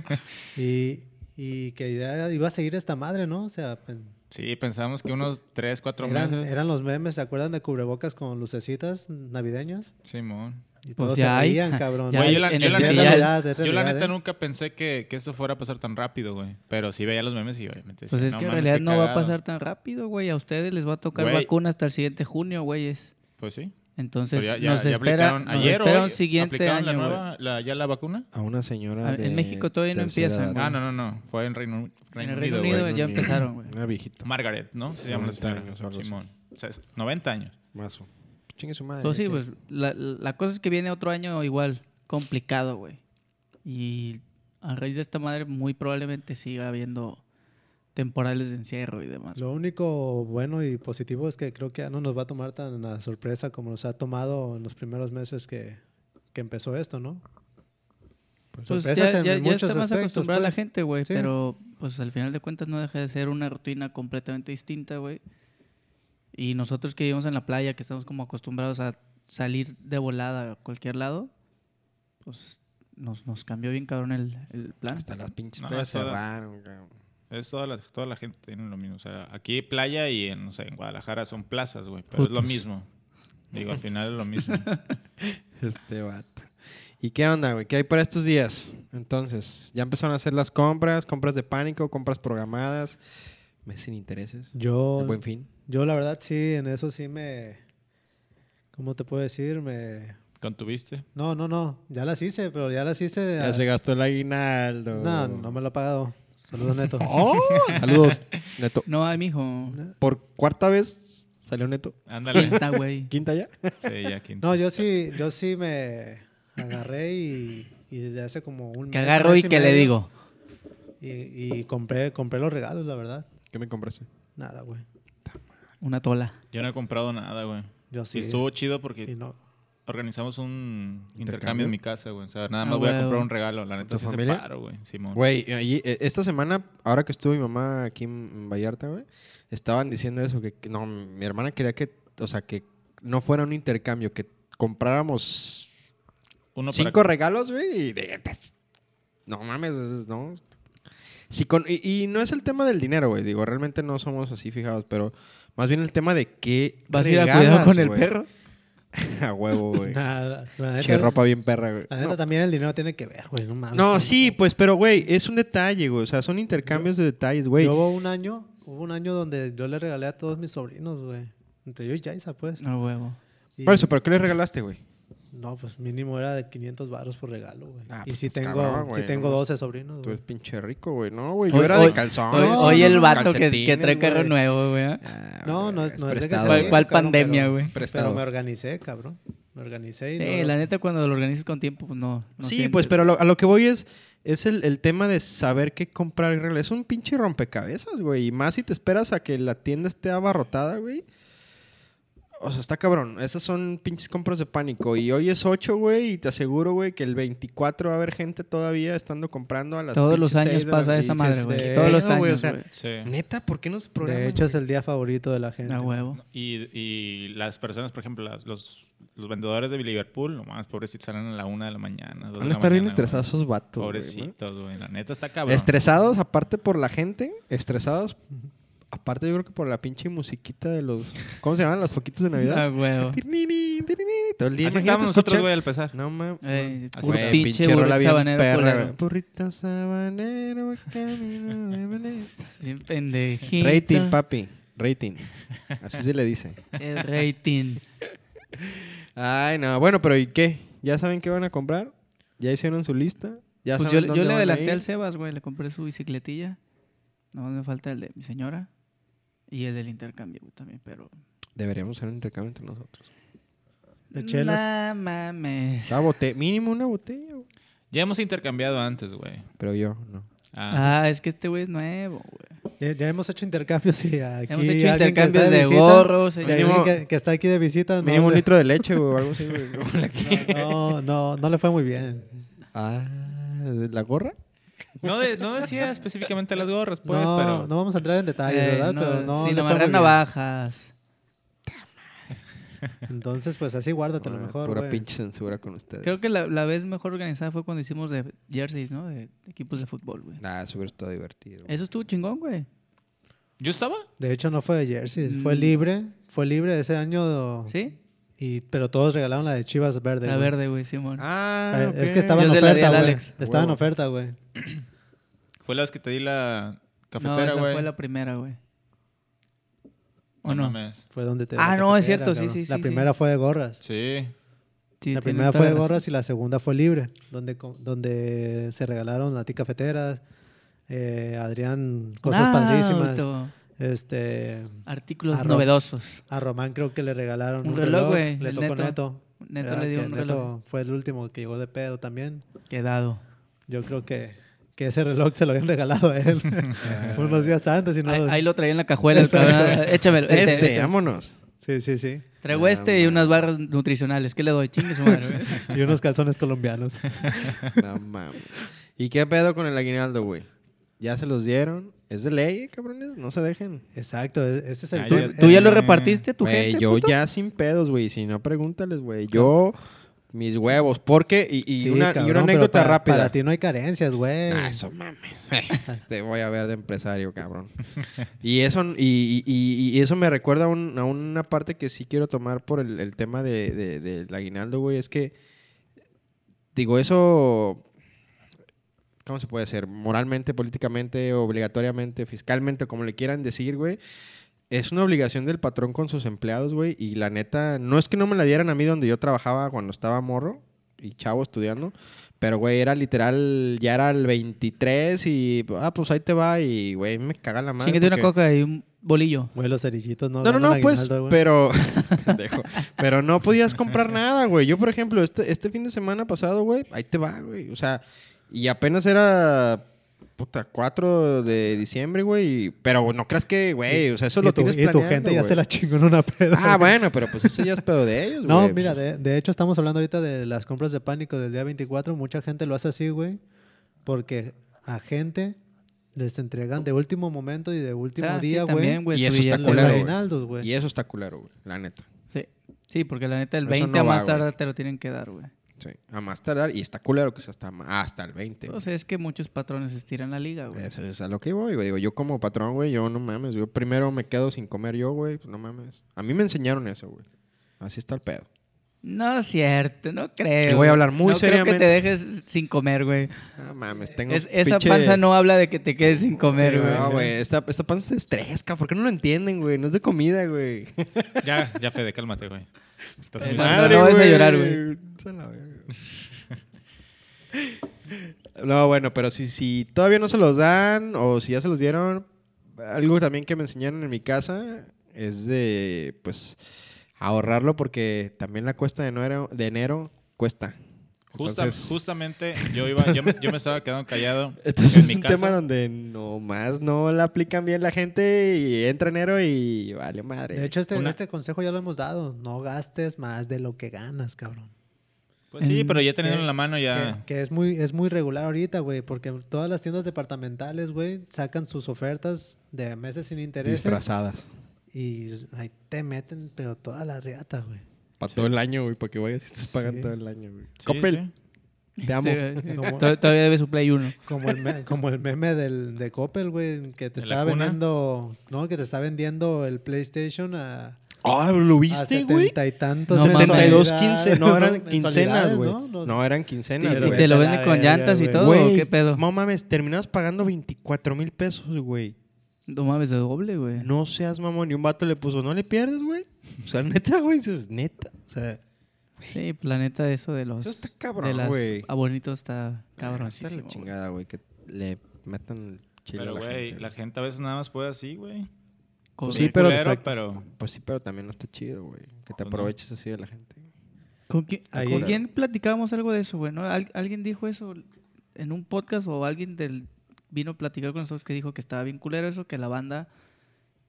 [SPEAKER 3] Y, y que ya iba a seguir esta madre, ¿no? O sea, pen-
[SPEAKER 4] Sí, pensamos que unos 3, 4
[SPEAKER 3] eran,
[SPEAKER 4] meses.
[SPEAKER 3] eran los memes, ¿se acuerdan de cubrebocas con lucecitas navideñas?
[SPEAKER 4] Simón.
[SPEAKER 3] Y
[SPEAKER 2] Pues
[SPEAKER 3] todos
[SPEAKER 2] ya
[SPEAKER 3] se
[SPEAKER 2] hay.
[SPEAKER 3] reían, cabrón.
[SPEAKER 2] Ya
[SPEAKER 4] Güey,
[SPEAKER 2] hay
[SPEAKER 4] yo la,
[SPEAKER 2] en
[SPEAKER 4] yo
[SPEAKER 2] el
[SPEAKER 4] la
[SPEAKER 2] día.
[SPEAKER 4] neta-
[SPEAKER 2] Es
[SPEAKER 3] realidad, es
[SPEAKER 4] yo la
[SPEAKER 3] realidad,
[SPEAKER 4] neta
[SPEAKER 3] ¿eh?
[SPEAKER 4] nunca pensé que, que eso fuera a pasar tan rápido, güey. Pero sí veía los memes y obviamente
[SPEAKER 2] Pues
[SPEAKER 4] decía,
[SPEAKER 2] es que en
[SPEAKER 4] mames,
[SPEAKER 2] realidad
[SPEAKER 4] qué
[SPEAKER 2] no va a
[SPEAKER 4] cagado".
[SPEAKER 2] pasar tan rápido, güey. A ustedes les va a tocar
[SPEAKER 4] Güey.
[SPEAKER 2] vacuna hasta el siguiente junio, güeyes.
[SPEAKER 4] Pues sí.
[SPEAKER 2] Entonces,
[SPEAKER 4] Pero Pues ya, ya-
[SPEAKER 2] nos,
[SPEAKER 4] ya
[SPEAKER 2] espera,
[SPEAKER 4] aplicaron
[SPEAKER 2] nos
[SPEAKER 4] ayer
[SPEAKER 2] espera
[SPEAKER 4] hoy,
[SPEAKER 2] un siguiente
[SPEAKER 4] aplicaron
[SPEAKER 2] año,
[SPEAKER 4] la
[SPEAKER 2] güey.
[SPEAKER 4] nueva, la- ¿Ya la vacuna?
[SPEAKER 1] A una señora.
[SPEAKER 2] Ah, en
[SPEAKER 1] de
[SPEAKER 2] México todavía no
[SPEAKER 1] tercera
[SPEAKER 2] empiezan,
[SPEAKER 1] edad.
[SPEAKER 2] güey.
[SPEAKER 4] Ah, no, no, no. Fue en Reino, Reino
[SPEAKER 2] En el Reino
[SPEAKER 4] Unido, güey.
[SPEAKER 2] Unido ya empezaron, güey.
[SPEAKER 1] Una viejita.
[SPEAKER 4] Margaret, ¿no? Se llama la
[SPEAKER 1] 90
[SPEAKER 4] señora.
[SPEAKER 1] años o algo así.
[SPEAKER 4] Simón. O sea, es 90 años.
[SPEAKER 1] Mazo. Chingue su madre.
[SPEAKER 2] Pues sí,
[SPEAKER 1] ¿qué?
[SPEAKER 2] pues la, la cosa es que viene otro año igual, complicado, güey. Y a raíz de esta madre muy probablemente siga habiendo temporales de encierro y demás.
[SPEAKER 3] Lo único bueno y positivo es que creo que ya no nos va a tomar tan a sorpresa como nos ha tomado en los primeros meses que, que empezó esto, ¿no?
[SPEAKER 2] Pues ya,
[SPEAKER 3] sorpresas en
[SPEAKER 2] ya- ya
[SPEAKER 3] muchos
[SPEAKER 2] está más
[SPEAKER 3] aspectos,
[SPEAKER 2] acostumbrada la
[SPEAKER 3] pues.
[SPEAKER 2] gente, güey.
[SPEAKER 3] Sí.
[SPEAKER 2] Pero pues al final de cuentas no deja de ser una rutina completamente distinta, güey. Y nosotros que vivimos en la playa, que estamos como acostumbrados a salir de volada a cualquier lado, pues nos, nos cambió bien cabrón el, el plan.
[SPEAKER 1] Hasta las pinches
[SPEAKER 4] No,
[SPEAKER 1] playas
[SPEAKER 4] es toda-
[SPEAKER 1] cerraron, cabrón.
[SPEAKER 4] Es toda la, toda la gente tiene lo mismo. O sea, aquí playa y en, no sé, en Guadalajara son plazas, güey. Pero es lo
[SPEAKER 2] Putos.
[SPEAKER 4] mismo. Digo, al final es lo mismo.
[SPEAKER 1] Este vato. ¿Y qué onda, güey? ¿Qué hay para estos días? Entonces, ya empezaron a hacer las compras, compras de pánico, compras programadas, meses sin intereses.
[SPEAKER 3] Yo,
[SPEAKER 1] el buen fin.
[SPEAKER 3] yo la verdad sí, en eso sí me... ¿Cómo te puedo decir? Me...
[SPEAKER 4] ¿Contuviste?
[SPEAKER 3] No, no, no. Ya las hice, pero ya las hice...
[SPEAKER 1] Ya
[SPEAKER 3] a-
[SPEAKER 1] se gastó el aguinaldo.
[SPEAKER 3] No, no me lo ha pagado. Saludos, Neto.
[SPEAKER 1] ¡Oh! Saludos, Neto.
[SPEAKER 2] No, ay, mijo.
[SPEAKER 1] Por cuarta vez salió Neto.
[SPEAKER 4] Ándale.
[SPEAKER 2] Quinta, güey.
[SPEAKER 1] Quinta ya.
[SPEAKER 4] Sí, ya quinta.
[SPEAKER 3] No, yo sí, yo sí me agarré y, y desde hace como un
[SPEAKER 2] Que
[SPEAKER 3] mes,
[SPEAKER 2] agarro y
[SPEAKER 3] mes
[SPEAKER 2] que le
[SPEAKER 3] medio,
[SPEAKER 2] digo.
[SPEAKER 3] Y, y compré, compré los regalos, la verdad.
[SPEAKER 1] ¿Qué me compraste?
[SPEAKER 3] Nada, güey.
[SPEAKER 2] Una tola.
[SPEAKER 4] Yo no he comprado nada, güey.
[SPEAKER 1] Oh,
[SPEAKER 3] Yo sí.
[SPEAKER 4] Y estuvo chido porque
[SPEAKER 3] y no.
[SPEAKER 4] organizamos un intercambio,
[SPEAKER 1] ¿Intercambio?
[SPEAKER 4] en mi casa, güey. O sea, nada
[SPEAKER 2] Ah,
[SPEAKER 4] más voy a
[SPEAKER 2] huevo.
[SPEAKER 4] comprar un regalo. La neta
[SPEAKER 1] ¿Tu
[SPEAKER 4] sí
[SPEAKER 1] familia?
[SPEAKER 4] se paro, güey. Simón.
[SPEAKER 1] Güey, allí, eh, esta semana, ahora que estuvo mi mamá aquí en en Vallarta, güey, estaban diciendo eso, que que no, mi hermana quería que o sea, que no fuera un intercambio, que compráramos
[SPEAKER 4] Uno para-
[SPEAKER 1] cinco regalos, güey, y de- pues, no mames, es- no. Si con, y, y no es el tema del dinero, güey, digo, realmente no somos así fijados, pero más bien el tema de qué
[SPEAKER 2] ¿Vas a ir a
[SPEAKER 1] regalas,
[SPEAKER 2] cuidado con el
[SPEAKER 1] güey.
[SPEAKER 2] perro?
[SPEAKER 1] a huevo, güey.
[SPEAKER 3] Nada, la neta,
[SPEAKER 1] Che, ropa bien perra, güey.
[SPEAKER 3] la neta
[SPEAKER 1] No.
[SPEAKER 3] también el dinero tiene que ver, güey, no mames.
[SPEAKER 1] No, sí, pues, pero, güey, es un detalle, güey. O sea, son intercambios de detalles, güey.
[SPEAKER 3] Yo hubo un año, hubo un año donde yo le regalé a todos mis sobrinos, güey. Entre yo y Jaisa, pues.
[SPEAKER 2] No, huevo.
[SPEAKER 3] Y-
[SPEAKER 1] Por eso, ¿pero qué le regalaste, güey?
[SPEAKER 3] No, pues mínimo era de 500 varos por regalo, güey.
[SPEAKER 1] Ah,
[SPEAKER 3] y
[SPEAKER 1] pues,
[SPEAKER 3] si
[SPEAKER 1] estás
[SPEAKER 3] tengo,
[SPEAKER 1] cabrón,
[SPEAKER 3] si
[SPEAKER 1] güey,
[SPEAKER 3] tengo
[SPEAKER 1] ¿no?
[SPEAKER 3] 12 sobrinos,
[SPEAKER 1] Tú
[SPEAKER 3] güey.
[SPEAKER 1] eres pinche rico, güey. No, güey, yo
[SPEAKER 2] Hoy-
[SPEAKER 1] era
[SPEAKER 2] hoy-
[SPEAKER 1] de calzón.
[SPEAKER 2] Hoy,
[SPEAKER 3] no,
[SPEAKER 2] hoy
[SPEAKER 3] no,
[SPEAKER 2] el
[SPEAKER 3] no,
[SPEAKER 2] vato que, que
[SPEAKER 1] calcetines,
[SPEAKER 2] trae carro
[SPEAKER 1] güey.
[SPEAKER 2] nuevo, güey. ¿eh?
[SPEAKER 1] Ah,
[SPEAKER 3] No,
[SPEAKER 1] güey,
[SPEAKER 3] no, es, no es de que
[SPEAKER 1] prestado,
[SPEAKER 2] ¿Cuál-
[SPEAKER 3] sea
[SPEAKER 1] güey.
[SPEAKER 3] bien,
[SPEAKER 2] cuál
[SPEAKER 3] cabrón, pero-
[SPEAKER 2] pandemia, güey?
[SPEAKER 1] Prestado.
[SPEAKER 3] Pero me organicé, cabrón. Me organicé y
[SPEAKER 2] Sí,
[SPEAKER 3] luego-
[SPEAKER 2] la neta, cuando lo organizas con tiempo, pues no. no
[SPEAKER 1] sí,
[SPEAKER 2] sientes.
[SPEAKER 1] pues, pero lo- a lo que voy es, es el, el tema de saber qué comprar y regalar. Es un pinche rompecabezas, güey. Y más si te esperas a que la tienda esté abarrotada, güey. O sea, está cabrón. Esas son pinches compras de pánico. Y hoy es 8, güey. Y te aseguro, güey, que el 24 va a haber gente todavía estando comprando a las
[SPEAKER 2] Todos los
[SPEAKER 1] pinches seis
[SPEAKER 2] años
[SPEAKER 1] de la-
[SPEAKER 2] pasa esa
[SPEAKER 1] y
[SPEAKER 2] madre,
[SPEAKER 1] dices,
[SPEAKER 2] güey.
[SPEAKER 1] "¿Qué
[SPEAKER 2] Todos los
[SPEAKER 1] pedo, güey?" O
[SPEAKER 2] años,
[SPEAKER 1] sea,
[SPEAKER 2] güey.
[SPEAKER 4] Sí.
[SPEAKER 1] Neta, ¿por qué nos programan?
[SPEAKER 3] De hecho, es el día favorito de la gente.
[SPEAKER 2] A huevo.
[SPEAKER 4] Y, y las personas, por ejemplo, las- los, los vendedores de Liverpool, nomás pobrecitos salen a la una de la mañana.
[SPEAKER 1] Van
[SPEAKER 4] dos de
[SPEAKER 1] a
[SPEAKER 4] la
[SPEAKER 1] estar bien
[SPEAKER 4] mañana, güey.
[SPEAKER 1] estresados esos vatos. güey, ¿no?
[SPEAKER 4] Pobrecitos, güey. La neta está cabrón.
[SPEAKER 1] Estresados, aparte por la gente, estresados, aparte yo creo que por la pinche musiquita de los. ¿Cómo se llaman? Los foquitos de
[SPEAKER 2] A
[SPEAKER 1] Navidad.
[SPEAKER 2] huevo.
[SPEAKER 1] Tirinini, tirinini, Todo el día.
[SPEAKER 4] Ah,
[SPEAKER 1] Imagínate
[SPEAKER 4] Así estábamos nosotros,
[SPEAKER 1] escuchar-
[SPEAKER 4] güey, al pesar.
[SPEAKER 1] No mames.
[SPEAKER 2] Ey,
[SPEAKER 4] Así
[SPEAKER 2] puro
[SPEAKER 4] está.
[SPEAKER 1] Güey,
[SPEAKER 2] pinche
[SPEAKER 1] pinche rola
[SPEAKER 2] burrito
[SPEAKER 1] bien
[SPEAKER 2] sabanero
[SPEAKER 1] perra,
[SPEAKER 2] culero.
[SPEAKER 1] güey. Burrito sabanero, va camino de Belén.
[SPEAKER 2] Sí, pendejito.
[SPEAKER 1] Rating, papi. Rating. Así se le dice.
[SPEAKER 2] El rating.
[SPEAKER 1] Ay, no. Bueno, pero ¿y qué? ¿Ya saben qué van a comprar? ¿Ya hicieron su lista? ¿Ya
[SPEAKER 2] Pues yo,
[SPEAKER 1] saben dónde
[SPEAKER 2] yo le
[SPEAKER 1] van a
[SPEAKER 2] adelanté
[SPEAKER 1] ir?
[SPEAKER 2] al Sebas, güey. Le compré su bicicletilla. Nomás me falta el de mi señora. Y el del intercambio, güey, también, pero...
[SPEAKER 1] Deberíamos hacer un intercambio entre nosotros.
[SPEAKER 3] De chelas.
[SPEAKER 2] Nah, mames.
[SPEAKER 1] Una bote- mínimo una botella, güey.
[SPEAKER 4] Ya hemos intercambiado antes, güey.
[SPEAKER 1] Pero yo no.
[SPEAKER 4] Ah,
[SPEAKER 2] Ah, es que este güey es nuevo, güey.
[SPEAKER 3] Ya, ya hemos hecho intercambios y aquí
[SPEAKER 2] Hemos hecho
[SPEAKER 3] alguien que está
[SPEAKER 2] intercambios de
[SPEAKER 3] visita-
[SPEAKER 2] gorros. eh,
[SPEAKER 3] y
[SPEAKER 2] señor.
[SPEAKER 1] Mínimo-
[SPEAKER 3] alguien que, que está aquí de visita.
[SPEAKER 1] Mínimo
[SPEAKER 3] no,
[SPEAKER 1] un
[SPEAKER 3] le-
[SPEAKER 1] litro de leche, güey, o algo así, güey. como la que-
[SPEAKER 3] No, no, no le fue muy bien.
[SPEAKER 1] Ah, ¿la gorra?
[SPEAKER 4] No, de- no decía específicamente las gorras, pues,
[SPEAKER 3] no,
[SPEAKER 4] pero.
[SPEAKER 3] no vamos a entrar en detalle,
[SPEAKER 2] Ey,
[SPEAKER 3] ¿verdad? Pero no,
[SPEAKER 2] si
[SPEAKER 3] le
[SPEAKER 2] Eh, no
[SPEAKER 3] fue muy
[SPEAKER 2] agarran
[SPEAKER 3] bien.
[SPEAKER 2] navajas.
[SPEAKER 3] Entonces, pues así guárdate lo
[SPEAKER 1] Ah,
[SPEAKER 3] mejor.
[SPEAKER 1] Pura
[SPEAKER 3] güey.
[SPEAKER 1] pinche censura con ustedes.
[SPEAKER 2] Creo que la, la vez mejor organizada fue cuando hicimos de jerseys, ¿no? De equipos de fútbol, güey.
[SPEAKER 1] Nah, eso hubiera estado divertido.
[SPEAKER 2] Eso estuvo chingón, güey.
[SPEAKER 4] ¿Yo estaba?
[SPEAKER 3] De hecho, no fue de Jersey, fue
[SPEAKER 2] Mm.
[SPEAKER 3] libre. Fue libre ese año.
[SPEAKER 2] ¿Sí?
[SPEAKER 3] Y, pero todos regalaron la de Chivas Verde.
[SPEAKER 2] La
[SPEAKER 3] güey.
[SPEAKER 2] verde, güey, Simón.
[SPEAKER 1] Ah,
[SPEAKER 3] Eh, Es que estaba en
[SPEAKER 2] Yo se la di
[SPEAKER 3] oferta,
[SPEAKER 2] al
[SPEAKER 3] güey.
[SPEAKER 2] Alex.
[SPEAKER 3] Estaba en
[SPEAKER 1] Huevo.
[SPEAKER 3] oferta, güey.
[SPEAKER 4] Fue la vez que te di la
[SPEAKER 2] no,
[SPEAKER 4] cafetera,
[SPEAKER 2] esa
[SPEAKER 4] güey. Oh,
[SPEAKER 2] fue la primera, güey. ¿O
[SPEAKER 4] No
[SPEAKER 2] no?
[SPEAKER 4] mames.
[SPEAKER 3] Fue donde te.
[SPEAKER 2] Ah,
[SPEAKER 3] la
[SPEAKER 2] no, es
[SPEAKER 3] cafetera,
[SPEAKER 2] cierto, sí, sí,
[SPEAKER 3] La
[SPEAKER 2] sí,
[SPEAKER 3] primera fue de gorras.
[SPEAKER 4] Sí.
[SPEAKER 2] Sí,
[SPEAKER 3] la
[SPEAKER 2] tiene
[SPEAKER 3] primera
[SPEAKER 2] toda
[SPEAKER 3] fue de
[SPEAKER 2] la razón.
[SPEAKER 3] gorras y la segunda fue libre, donde, co- donde se regalaron a ti cafeteras, eh, Adrián, cosas
[SPEAKER 2] Ah,
[SPEAKER 3] padrísimas.
[SPEAKER 2] auto.
[SPEAKER 3] Este,
[SPEAKER 2] Artículos
[SPEAKER 3] Arroz.
[SPEAKER 2] novedosos.
[SPEAKER 3] a Román creo que le regalaron
[SPEAKER 2] Un
[SPEAKER 3] un,
[SPEAKER 2] reloj,
[SPEAKER 3] reloj,
[SPEAKER 2] güey,
[SPEAKER 3] le
[SPEAKER 2] el
[SPEAKER 3] tocó
[SPEAKER 2] Neto.
[SPEAKER 3] Neto.
[SPEAKER 2] Neto
[SPEAKER 3] ¿verdad?
[SPEAKER 2] le dio
[SPEAKER 3] Ah, Que
[SPEAKER 2] un
[SPEAKER 3] Neto
[SPEAKER 2] reloj
[SPEAKER 3] Fue el último que llegó de pedo también.
[SPEAKER 2] quedado.
[SPEAKER 3] Yo creo que, que ese reloj se lo habían regalado a él unos días antes. Y no,
[SPEAKER 2] Ahí, ahí lo traía en la cajuela. el
[SPEAKER 3] Exacto.
[SPEAKER 2] cabrón. Échamelo.
[SPEAKER 1] Este,
[SPEAKER 2] Este, este.
[SPEAKER 1] vámonos.
[SPEAKER 3] Sí, sí, sí.
[SPEAKER 2] Traigo
[SPEAKER 1] Ah,
[SPEAKER 2] este y
[SPEAKER 1] madre.
[SPEAKER 2] unas barras nutricionales. ¿Qué le doy? Chingue su madre, güey.
[SPEAKER 3] Y unos calzones colombianos.
[SPEAKER 1] No mames. ¿Y qué pedo con el aguinaldo, güey? ¿Ya se los dieron? ¿Es de ley, cabrones? No se dejen.
[SPEAKER 3] Exacto, e- ese es el...
[SPEAKER 4] Ah,
[SPEAKER 3] tú-
[SPEAKER 4] ya-
[SPEAKER 3] ese
[SPEAKER 2] ¿Tú ya
[SPEAKER 3] es
[SPEAKER 2] lo
[SPEAKER 3] el-
[SPEAKER 2] repartiste a tu
[SPEAKER 1] Este, Güey,
[SPEAKER 2] gente?
[SPEAKER 1] yo
[SPEAKER 2] puto?
[SPEAKER 1] ya sin pedos, güey. Si no, pregúntales, güey. Yo, mis huevos. Porque, y, y
[SPEAKER 3] Sí,
[SPEAKER 1] una, y
[SPEAKER 3] cabrón,
[SPEAKER 1] una
[SPEAKER 3] pero
[SPEAKER 1] anécdota
[SPEAKER 3] para-
[SPEAKER 1] rápida.
[SPEAKER 3] Para ti no hay carencias, güey.
[SPEAKER 1] Ah, eso mames. Te voy a ver de empresario, cabrón. Y eso, y, y- y- y eso me recuerda a, un- a una parte que sí quiero tomar por el, el tema de, de- del aguinaldo, güey. Es que, digo, eso, ¿cómo se puede hacer? Moralmente, políticamente, obligatoriamente, fiscalmente, como le quieran decir, güey. Es una obligación del patrón con sus empleados, güey. Y la neta, no es que no me la dieran a mí donde yo trabajaba cuando estaba morro y chavo estudiando. Pero, güey, era literal, ya era el 23 y, ah, pues ahí te va y, güey, me caga la madre.
[SPEAKER 2] Chíngate una
[SPEAKER 1] porque-
[SPEAKER 2] coca y un bolillo.
[SPEAKER 3] Güey, los cerillitos no
[SPEAKER 1] No, no,
[SPEAKER 3] ganan
[SPEAKER 1] no, pues,
[SPEAKER 3] aguinaldo, güey.
[SPEAKER 1] pero, pendejo, pero no podías comprar nada, güey. Yo, por ejemplo, este, este fin de semana pasado, güey, ahí te va, güey. O sea, y apenas era, puta, 4 de diciembre, güey. y- Pero no creas que, güey, o sea, eso
[SPEAKER 3] y
[SPEAKER 1] lo
[SPEAKER 3] tu,
[SPEAKER 1] tienes
[SPEAKER 3] y tu
[SPEAKER 1] planeando,
[SPEAKER 3] gente ya
[SPEAKER 1] güey.
[SPEAKER 3] se la chingó en una peda.
[SPEAKER 1] Ah, bueno, pero pues eso ya es pedo de ellos,
[SPEAKER 3] No,
[SPEAKER 1] güey. pues.
[SPEAKER 3] mira, de, de hecho estamos hablando ahorita de las compras de pánico del día 24. Mucha gente lo hace así, güey, porque a gente Les entregan de último momento y de último
[SPEAKER 2] Ah, sí,
[SPEAKER 3] día, güey.
[SPEAKER 2] también, güey,
[SPEAKER 1] Y
[SPEAKER 2] su
[SPEAKER 1] eso está
[SPEAKER 2] billete,
[SPEAKER 3] los
[SPEAKER 1] culero, güey.
[SPEAKER 2] güey.
[SPEAKER 3] aguinaldos, güey.
[SPEAKER 1] Y eso está culero, güey, la neta.
[SPEAKER 2] Sí. Sí, porque la neta el
[SPEAKER 1] Eso
[SPEAKER 2] 20
[SPEAKER 1] no
[SPEAKER 2] a más
[SPEAKER 1] va, güey.
[SPEAKER 2] tardar te lo tienen que dar, güey.
[SPEAKER 1] Sí. A más tardar, y está culero que sea hasta, ma- hasta el 20.
[SPEAKER 2] O sea, Pues es que muchos patrones estiran la liga,
[SPEAKER 1] güey.
[SPEAKER 2] güey.
[SPEAKER 1] Este, Eso es a lo que voy, güey. Digo, yo como patrón, güey, yo no mames. Yo primero me quedo sin comer yo, güey. pues no mames. A mí me enseñaron eso, güey. Así está el pedo.
[SPEAKER 2] No es cierto, no creo.
[SPEAKER 1] Y voy a hablar
[SPEAKER 2] güey.
[SPEAKER 1] muy
[SPEAKER 2] no creo
[SPEAKER 1] seriamente.
[SPEAKER 2] que te dejes sin comer, güey.
[SPEAKER 1] Ah, mames, tengo
[SPEAKER 2] Es- esa
[SPEAKER 1] pinche-
[SPEAKER 2] panza no habla de que te quedes sin comer, güey.
[SPEAKER 1] No, güey. Esta, esta panza es estresca. ¿Por qué no lo entienden, güey? No es de comida, güey.
[SPEAKER 4] Ya, ya, Fede, cálmate, güey. Estás
[SPEAKER 2] Eh,
[SPEAKER 4] muy-
[SPEAKER 2] no, no, no vas a llorar, güey.
[SPEAKER 1] Se la verga. No, bueno, pero si, si todavía no se los dan o si ya se los dieron, algo también que me enseñaron en mi casa es de, pues, ahorrarlo porque también la cuesta de enero, de enero cuesta.
[SPEAKER 4] Justa-
[SPEAKER 1] Entonces-
[SPEAKER 4] justamente yo, iba, yo, me, yo me estaba quedando callado.
[SPEAKER 1] Entonces
[SPEAKER 4] en
[SPEAKER 1] es
[SPEAKER 4] mi
[SPEAKER 1] un
[SPEAKER 4] casa.
[SPEAKER 1] tema donde nomás no la aplican bien la gente y entra enero y vale madre.
[SPEAKER 3] De hecho, este,
[SPEAKER 4] Una-
[SPEAKER 3] este consejo ya lo hemos dado. No gastes más de lo que ganas, cabrón.
[SPEAKER 4] Pues sí,
[SPEAKER 2] en-
[SPEAKER 4] pero ya teniendo
[SPEAKER 3] que-
[SPEAKER 4] en la mano ya.
[SPEAKER 3] Que, que es muy es muy regular ahorita, güey, porque todas las tiendas departamentales, güey, sacan sus ofertas de meses sin intereses
[SPEAKER 1] disfrazadas.
[SPEAKER 3] y ahí te meten, pero toda la riata, güey.
[SPEAKER 1] Para todo el año, güey, para que vayas y estés pagando
[SPEAKER 3] Sí.
[SPEAKER 1] todo el año, güey.
[SPEAKER 4] Sí,
[SPEAKER 1] Coppel,
[SPEAKER 4] sí.
[SPEAKER 1] te amo.
[SPEAKER 2] Sí, güey.
[SPEAKER 3] Como-
[SPEAKER 2] Tod- Todavía debe su Play 1.
[SPEAKER 3] Como el, me- como el meme del, de Coppel, güey, que te
[SPEAKER 4] ¿De la
[SPEAKER 3] estaba
[SPEAKER 4] cuna?
[SPEAKER 3] vendiendo, no, que te está vendiendo el PlayStation a,
[SPEAKER 1] Ah, ¿lo
[SPEAKER 3] a
[SPEAKER 1] viste, güey?
[SPEAKER 3] setenta y tantos.
[SPEAKER 2] No mames.
[SPEAKER 1] 72,
[SPEAKER 3] mensualidades,
[SPEAKER 1] 15, no eran
[SPEAKER 3] mensualidades,
[SPEAKER 1] quincenas, güey.
[SPEAKER 3] ¿no? No,
[SPEAKER 1] No, eran
[SPEAKER 2] Y,
[SPEAKER 1] quincenas,
[SPEAKER 3] Pero
[SPEAKER 2] y
[SPEAKER 1] güey.
[SPEAKER 2] te lo
[SPEAKER 3] vete a
[SPEAKER 2] vende
[SPEAKER 3] la
[SPEAKER 2] con
[SPEAKER 3] verga,
[SPEAKER 2] llantas y
[SPEAKER 3] güey.
[SPEAKER 2] todo, ¿o
[SPEAKER 1] Güey,
[SPEAKER 2] ¿qué pedo?
[SPEAKER 1] No mames, terminabas pagando 24 mil pesos, güey.
[SPEAKER 2] No mames, de doble, güey.
[SPEAKER 1] No seas mamón. Y un vato le puso, no le pierdes, güey. O sea, neta, güey. Dices, neta. O sea,
[SPEAKER 2] Sí, planeta eso de los
[SPEAKER 1] eso está
[SPEAKER 2] de
[SPEAKER 1] cabrón,
[SPEAKER 2] las
[SPEAKER 1] güey.
[SPEAKER 2] abonitos está
[SPEAKER 1] Está la
[SPEAKER 2] cabroncísimo. güey.
[SPEAKER 1] chingada, güey. Que le metan el chile a
[SPEAKER 4] Pero,
[SPEAKER 1] la
[SPEAKER 4] güey,
[SPEAKER 1] gente,
[SPEAKER 4] la
[SPEAKER 1] güey.
[SPEAKER 4] gente a veces nada más puede así, güey.
[SPEAKER 2] Con-
[SPEAKER 1] Sí, pero-
[SPEAKER 4] Culero,
[SPEAKER 1] exacto.
[SPEAKER 4] pero
[SPEAKER 1] Pues sí, pero también no está chido, güey. Que te
[SPEAKER 4] Pues no.
[SPEAKER 1] aproveches así de la gente.
[SPEAKER 2] ¿Con, qui-
[SPEAKER 3] Ahí-
[SPEAKER 2] con quién platicábamos algo de eso, güey? ¿No? Al- ¿Alguien dijo eso en un podcast o alguien del vino a platicar con nosotros que dijo que estaba bien culero eso, que la banda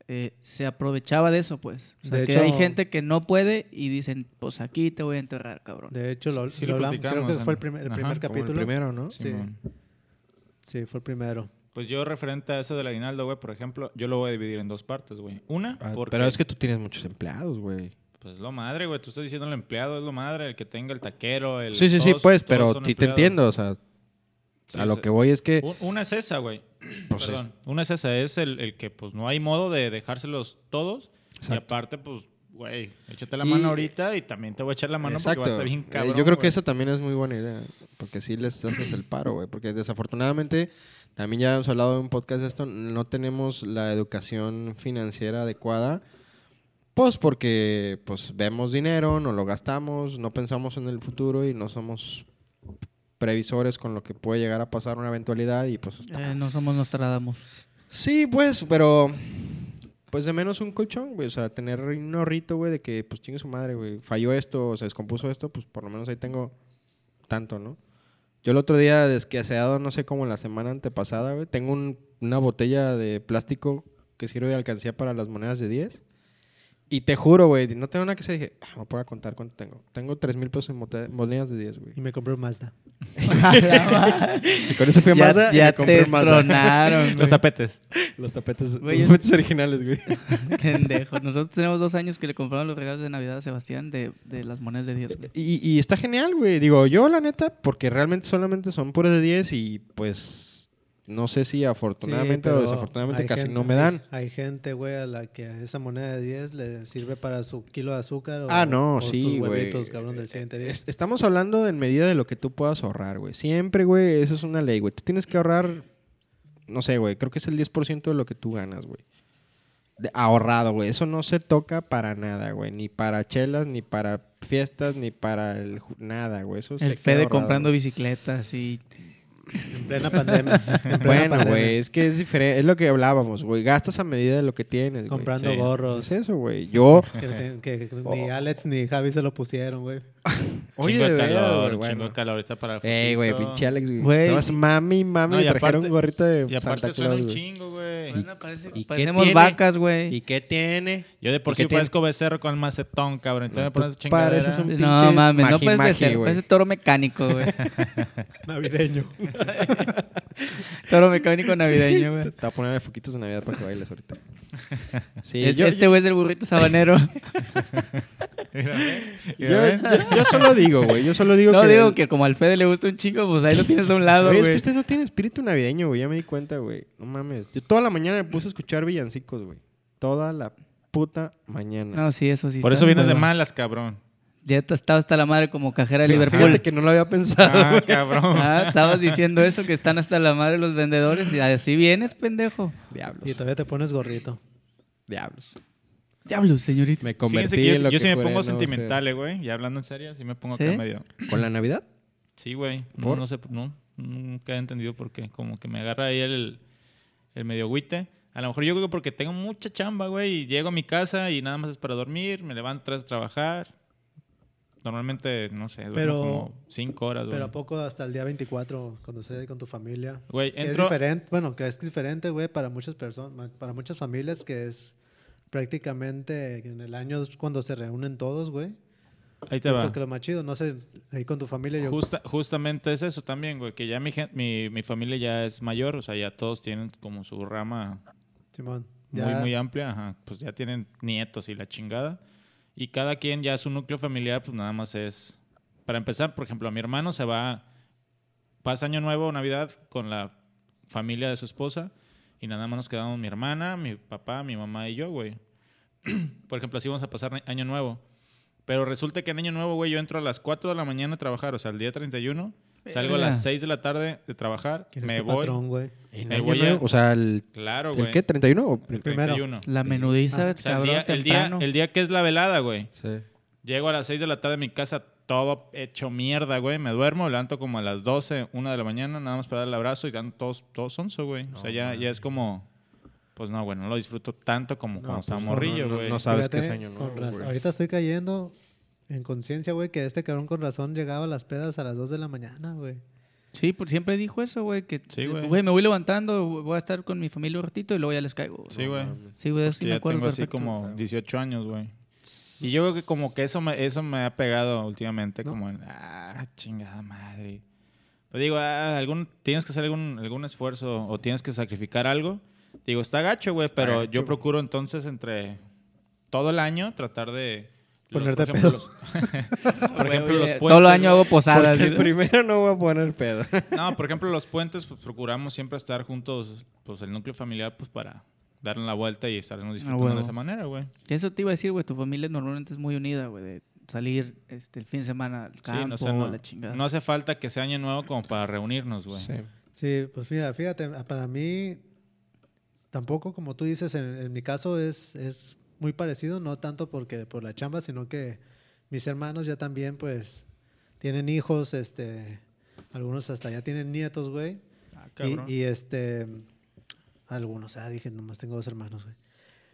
[SPEAKER 2] eh, se aprovechaba de eso, pues? O sea,
[SPEAKER 3] De
[SPEAKER 2] que
[SPEAKER 3] hecho-
[SPEAKER 2] hay gente que no puede y dicen, pues aquí te voy a enterrar, cabrón.
[SPEAKER 3] De hecho, lo,
[SPEAKER 4] Sí, sí
[SPEAKER 3] lo
[SPEAKER 4] lo
[SPEAKER 3] hablamos, creo
[SPEAKER 4] platicamos
[SPEAKER 3] que
[SPEAKER 4] en-
[SPEAKER 3] fue el primer, el
[SPEAKER 4] ajá,
[SPEAKER 3] primer
[SPEAKER 1] Como el
[SPEAKER 3] capítulo.
[SPEAKER 1] primero, ¿no?
[SPEAKER 3] Sí.
[SPEAKER 4] Simón.
[SPEAKER 3] Sí, fue el primero.
[SPEAKER 4] Pues yo referente a eso del aguinaldo, güey, por ejemplo, yo lo voy a dividir en dos partes, güey. Una,
[SPEAKER 1] Ah,
[SPEAKER 4] porque
[SPEAKER 1] Pero es que tú tienes muchos empleados, güey.
[SPEAKER 4] pues lo madre, güey, tú estás diciendo el empleado es lo madre, el que tenga el taquero, el
[SPEAKER 1] Sí, sí, sí,
[SPEAKER 4] todos-
[SPEAKER 1] pues,
[SPEAKER 4] todos
[SPEAKER 1] pero
[SPEAKER 4] son
[SPEAKER 1] sí te
[SPEAKER 4] empleados.
[SPEAKER 1] entiendo, o sea,
[SPEAKER 4] Sí,
[SPEAKER 1] a
[SPEAKER 4] o
[SPEAKER 1] lo
[SPEAKER 4] sea,
[SPEAKER 1] que voy es que
[SPEAKER 4] un- Una es esa, güey.
[SPEAKER 1] Pues es-
[SPEAKER 4] Perdón. Una es esa, es el, el que pues no hay modo de dejárselos todos. Y
[SPEAKER 1] Exacto.
[SPEAKER 4] aparte, pues, güey, échate la
[SPEAKER 1] Y-
[SPEAKER 4] mano ahorita y también te voy a echar la mano
[SPEAKER 1] Exacto.
[SPEAKER 4] porque va a estar bien
[SPEAKER 1] Eh,
[SPEAKER 4] cabrón.
[SPEAKER 1] Yo creo que
[SPEAKER 4] güey.
[SPEAKER 1] esa también es muy buena idea, porque sí les haces el paro, güey, porque desafortunadamente también ya hemos hablado en un podcast de esto, no tenemos la educación financiera adecuada. Pues porque pues vemos dinero, no lo gastamos, no pensamos en el futuro y no somos previsores con lo que puede llegar a pasar una eventualidad y pues está
[SPEAKER 2] Eh, no somos Nostradamus.
[SPEAKER 1] Sí, pues, pero. Pues de menos un colchón, güey. O sea, tener un ahorrito, güey, de que, pues chingue su madre, güey. Falló esto, o se descompuso esto, pues por lo menos ahí tengo tanto, ¿no? Yo el otro día, desquiciado, no sé cómo la semana antepasada, güey, tengo un- una botella de plástico que sirve de alcancía para las monedas de 10. Y te juro, güey, no tengo nada que se dije, ah, me voy a contar cuánto tengo. Tengo 3 mil pesos en mote- monedas de 10, güey.
[SPEAKER 3] Y me compré un Mazda.
[SPEAKER 1] Y con eso fui a
[SPEAKER 2] Ya-
[SPEAKER 1] Mazda y
[SPEAKER 2] ya
[SPEAKER 1] me compré
[SPEAKER 2] te
[SPEAKER 1] un Mazda.
[SPEAKER 2] tronaron,
[SPEAKER 4] Los
[SPEAKER 2] güey.
[SPEAKER 4] tapetes.
[SPEAKER 1] Los tapetes,
[SPEAKER 2] Güey,
[SPEAKER 1] los
[SPEAKER 2] yo-
[SPEAKER 1] tapetes originales, güey.
[SPEAKER 2] Pendejo. Nosotros tenemos dos años que le compraron los regalos de Navidad a Sebastián de, de las monedas de 10. güey.
[SPEAKER 1] Y, y está genial, güey. Digo, yo la neta, porque realmente solamente son puras de 10 y pues no sé si afortunadamente
[SPEAKER 3] Sí,
[SPEAKER 1] o
[SPEAKER 3] pero
[SPEAKER 1] desafortunadamente
[SPEAKER 3] hay
[SPEAKER 1] casi
[SPEAKER 3] gente-
[SPEAKER 1] no me dan.
[SPEAKER 3] Hay, hay gente, güey, a la que esa moneda de 10 le sirve para su kilo de azúcar. O,
[SPEAKER 1] Ah, no,
[SPEAKER 3] o
[SPEAKER 1] sí,
[SPEAKER 3] sus
[SPEAKER 1] güey.
[SPEAKER 3] huevitos, cabrón, del siguiente día.
[SPEAKER 1] Es- estamos hablando en medida de lo que tú puedas ahorrar, güey. Siempre, güey, eso es una ley, güey. Tú tienes que ahorrar, no sé, güey, creo que es el 10% de lo que tú ganas, güey. De- ahorrado, güey. Eso no se toca para nada, güey. Ni para chelas, ni para fiestas, ni para el ju- nada, güey. Eso Pues se
[SPEAKER 2] El
[SPEAKER 1] queda
[SPEAKER 2] Fede
[SPEAKER 1] ahorrado,
[SPEAKER 2] comprando
[SPEAKER 1] güey.
[SPEAKER 2] bicicletas y
[SPEAKER 3] En plena pandemia. en plena
[SPEAKER 1] Bueno,
[SPEAKER 3] pandemia.
[SPEAKER 1] güey, es que es diferente, es lo que hablábamos, güey. Gastas a medida de lo que tienes, güey.
[SPEAKER 3] Comprando
[SPEAKER 4] Sí.
[SPEAKER 1] ¿Qué es
[SPEAKER 3] gorros.
[SPEAKER 1] eso, güey? Yo.
[SPEAKER 3] Que, que- que
[SPEAKER 1] Oh.
[SPEAKER 3] ni Alex ni Javi se lo pusieron, güey.
[SPEAKER 1] Oye,
[SPEAKER 4] chingo
[SPEAKER 1] de
[SPEAKER 4] de
[SPEAKER 1] veras,
[SPEAKER 4] calor,
[SPEAKER 1] güey,
[SPEAKER 4] un chingo
[SPEAKER 1] bueno.
[SPEAKER 4] de calor ahorita para el
[SPEAKER 1] Ey, güey,
[SPEAKER 4] frijito.
[SPEAKER 1] pinche Alex, güey.
[SPEAKER 2] Güey,
[SPEAKER 1] Estabas
[SPEAKER 2] sí.
[SPEAKER 1] mami, mami,
[SPEAKER 4] No, y
[SPEAKER 1] me trajeron
[SPEAKER 4] aparte-
[SPEAKER 1] un gorrito de
[SPEAKER 4] Y aparte
[SPEAKER 1] Santa
[SPEAKER 4] suena
[SPEAKER 1] Claus,
[SPEAKER 4] un
[SPEAKER 1] güey.
[SPEAKER 4] chingo, güey.
[SPEAKER 2] Suena, Pues parece-
[SPEAKER 1] ¿Y qué
[SPEAKER 2] parecemos
[SPEAKER 1] tiene?
[SPEAKER 2] vacas, güey.
[SPEAKER 1] qué tiene?
[SPEAKER 4] Yo de por
[SPEAKER 1] ¿Y qué
[SPEAKER 4] sí
[SPEAKER 1] tiene?
[SPEAKER 4] parezco becerro con el macetón, cabrón. Entonces me
[SPEAKER 1] Tú
[SPEAKER 4] pones chingadera.
[SPEAKER 1] pareces un
[SPEAKER 2] No
[SPEAKER 1] pinche
[SPEAKER 2] mames, no pues,
[SPEAKER 1] magi-magi,
[SPEAKER 2] puedes ser,
[SPEAKER 1] güey.
[SPEAKER 2] parece toro mecánico, güey.
[SPEAKER 3] Navideño.
[SPEAKER 2] Toro mecánico navideño,
[SPEAKER 1] Te
[SPEAKER 2] güey.
[SPEAKER 1] te voy a poner foquitos de Navidad para que bailes ahorita. Sí,
[SPEAKER 2] Es-
[SPEAKER 1] yo,
[SPEAKER 2] este güey es el burrito sabanero.
[SPEAKER 4] Mira, ve,
[SPEAKER 1] yo,
[SPEAKER 4] mira, ve.
[SPEAKER 1] yo- yo solo digo, güey. Yo solo digo
[SPEAKER 2] no,
[SPEAKER 1] que.
[SPEAKER 2] digo que como al Fede le gusta un chingo, pues ahí lo tienes a un lado,
[SPEAKER 1] Güey,
[SPEAKER 2] güey.
[SPEAKER 1] es que este usted no tiene espíritu navideño, güey. Ya me di cuenta, güey. No mames. Yo toda la mañana me puse a escuchar villancicos, güey. Toda la puta mañana.
[SPEAKER 2] No, sí, eso sí.
[SPEAKER 4] Por
[SPEAKER 2] está
[SPEAKER 4] eso
[SPEAKER 2] muy
[SPEAKER 4] vienes de
[SPEAKER 2] bueno.
[SPEAKER 4] malas, cabrón.
[SPEAKER 2] Ya te- estaba hasta la madre como cajera de
[SPEAKER 1] Sí,
[SPEAKER 2] Liverpool.
[SPEAKER 1] Fíjate que no lo había pensado.
[SPEAKER 4] Ah, cabrón.
[SPEAKER 2] Ah, estabas diciendo eso, que están hasta la madre los vendedores y así vienes, pendejo.
[SPEAKER 1] Ah, Diablos.
[SPEAKER 3] Y todavía te pones gorrito.
[SPEAKER 1] Diablos.
[SPEAKER 2] Diablos, señorita.
[SPEAKER 1] Me convertí
[SPEAKER 4] Fíjense que yo,
[SPEAKER 1] en lo
[SPEAKER 4] sí- yo
[SPEAKER 1] que
[SPEAKER 4] sí me
[SPEAKER 1] juré
[SPEAKER 4] pongo
[SPEAKER 1] no ser.
[SPEAKER 4] sentimental, eh, güey. Ya hablando en serio, sí me pongo acá
[SPEAKER 2] ¿Sí?
[SPEAKER 4] medio.
[SPEAKER 1] ¿Con la Navidad?
[SPEAKER 4] Sí, güey. No,
[SPEAKER 1] ¿Por?
[SPEAKER 4] no sé, no, nunca he entendido por qué. Como que me agarra ahí el, el medio agüite. A lo mejor yo creo que porque tengo mucha chamba, güey, y llego a mi casa y nada más es para dormir, me levanto tras trabajar. Normalmente, no sé, duermo
[SPEAKER 3] Pero-
[SPEAKER 4] como cinco horas, güey.
[SPEAKER 3] Pero a poco hasta el día 24, cuando estés con tu familia.
[SPEAKER 4] Güey,
[SPEAKER 3] Que Es
[SPEAKER 4] entro...
[SPEAKER 3] diferente, bueno, que es diferente, güey, para muchas personas, para muchas familias, que es prácticamente en el año es cuando se reúnen todos, güey.
[SPEAKER 4] Ahí te
[SPEAKER 3] Yo
[SPEAKER 4] va.
[SPEAKER 3] creo que lo más chido, no sé, ahí con tu familia yo...
[SPEAKER 4] Justa- justamente es eso también, güey, que ya mi, gen- mi, mi familia ya es mayor, o sea, ya todos tienen como su rama
[SPEAKER 3] Simón,
[SPEAKER 4] muy,
[SPEAKER 3] ya-
[SPEAKER 4] muy amplia, ajá, pues ya tienen nietos y la chingada. Y cada quien ya su núcleo familiar, pues nada más es. Para empezar, por ejemplo, a mi hermano se va, pasa Año Nuevo o Navidad con la familia de su esposa y nada más nos quedamos mi hermana, mi papá, mi mamá y yo, güey. por ejemplo, así vamos a pasar Año Nuevo. Pero resulta que en Año Nuevo, güey, yo entro a las 4 de la mañana a trabajar, o sea, el día 31, salgo a
[SPEAKER 2] Verga.
[SPEAKER 4] las 6 de la tarde de trabajar,
[SPEAKER 3] ¿Quién es
[SPEAKER 4] me
[SPEAKER 3] tu
[SPEAKER 4] voy.
[SPEAKER 3] patrón, güey?
[SPEAKER 1] ¿En
[SPEAKER 4] Me
[SPEAKER 1] año
[SPEAKER 4] voy a-
[SPEAKER 1] nuevo? O sea, el,
[SPEAKER 4] Claro,
[SPEAKER 1] ¿el
[SPEAKER 4] güey.
[SPEAKER 1] qué? ¿31 o
[SPEAKER 3] El
[SPEAKER 1] el
[SPEAKER 3] primero.
[SPEAKER 4] 31.
[SPEAKER 2] La menudiza,
[SPEAKER 3] Ah,
[SPEAKER 4] O sea, el
[SPEAKER 2] cabrón,
[SPEAKER 4] día, el, día,
[SPEAKER 2] temprano.
[SPEAKER 4] el día que es la velada, güey.
[SPEAKER 1] Sí.
[SPEAKER 4] Llego a las 6 de la tarde a mi casa todo hecho mierda, güey. Me duermo, me levanto como a las 12, 1 de la mañana, nada más para darle el abrazo y dan todos, todos sonso, güey. o sea, ya, ya es como... Pues no, güey, no lo disfruto tanto como cuando estaba
[SPEAKER 1] pues no,
[SPEAKER 4] morrillo,
[SPEAKER 1] no, no,
[SPEAKER 4] güey.
[SPEAKER 1] No, sabes qué es
[SPEAKER 3] Fíjate,
[SPEAKER 1] año
[SPEAKER 3] con
[SPEAKER 1] nuevo.
[SPEAKER 3] raz-
[SPEAKER 1] güey.
[SPEAKER 3] Ahorita estoy cayendo en conciencia, güey, que este cabrón con razón llegaba a las pedas a las 2 de la mañana, güey.
[SPEAKER 2] Sí, pues, siempre dijo eso, güey, que
[SPEAKER 4] Sí, güey.
[SPEAKER 2] güey, me voy levantando, voy a estar con mi familia un ratito y luego ya les caigo.
[SPEAKER 4] Sí, güey.
[SPEAKER 2] Sí, güey, de eso
[SPEAKER 4] Sí,
[SPEAKER 2] sí me
[SPEAKER 4] ya
[SPEAKER 2] acuerdo
[SPEAKER 4] tengo así
[SPEAKER 2] perfecto.
[SPEAKER 4] como 18 años, güey. Y yo creo que como que eso me, eso me ha pegado últimamente, como en, ah, chingada madre. Pero digo, ah, algún, tienes que hacer algún, algún esfuerzo o tienes que sacrificar algo. Digo, está gacho, güey, pero
[SPEAKER 1] gacho,
[SPEAKER 4] yo
[SPEAKER 1] güey.
[SPEAKER 4] procuro entonces entre todo el año tratar de... los-
[SPEAKER 3] Ponerte
[SPEAKER 4] por
[SPEAKER 3] pedo.
[SPEAKER 4] ejemplo, los- por
[SPEAKER 2] Güey,
[SPEAKER 4] ejemplo,
[SPEAKER 2] oye,
[SPEAKER 4] los puentes.
[SPEAKER 2] eh, Todo el año
[SPEAKER 4] güey.
[SPEAKER 2] hago posadas.
[SPEAKER 1] Porque el
[SPEAKER 2] ¿sí?
[SPEAKER 1] primero no voy a poner pedo.
[SPEAKER 4] No, por ejemplo, los puentes, pues procuramos siempre estar juntos, pues el núcleo familiar, pues para darle la vuelta y estarnos disfrutando
[SPEAKER 2] Ah, huevo.
[SPEAKER 4] de esa manera, güey.
[SPEAKER 2] Eso te iba a decir, güey, tu familia normalmente es muy unida, güey, de salir este, el fin de semana al
[SPEAKER 4] Sí,
[SPEAKER 2] campo,
[SPEAKER 4] no, o sea, no-
[SPEAKER 2] la chingada.
[SPEAKER 4] no hace falta que sea año nuevo como para reunirnos, güey.
[SPEAKER 1] Sí.
[SPEAKER 3] Sí, pues mira, fíjate, a- para mí tampoco, como tú dices, en, en mi caso es, es muy parecido, no tanto porque por la chamba, sino que mis hermanos ya también, pues, tienen hijos, este, algunos hasta ya tienen nietos, güey.
[SPEAKER 4] Ah,
[SPEAKER 3] Y,
[SPEAKER 4] cabrón.
[SPEAKER 3] y, este, algunos, ah, dije, nomás tengo dos hermanos, güey.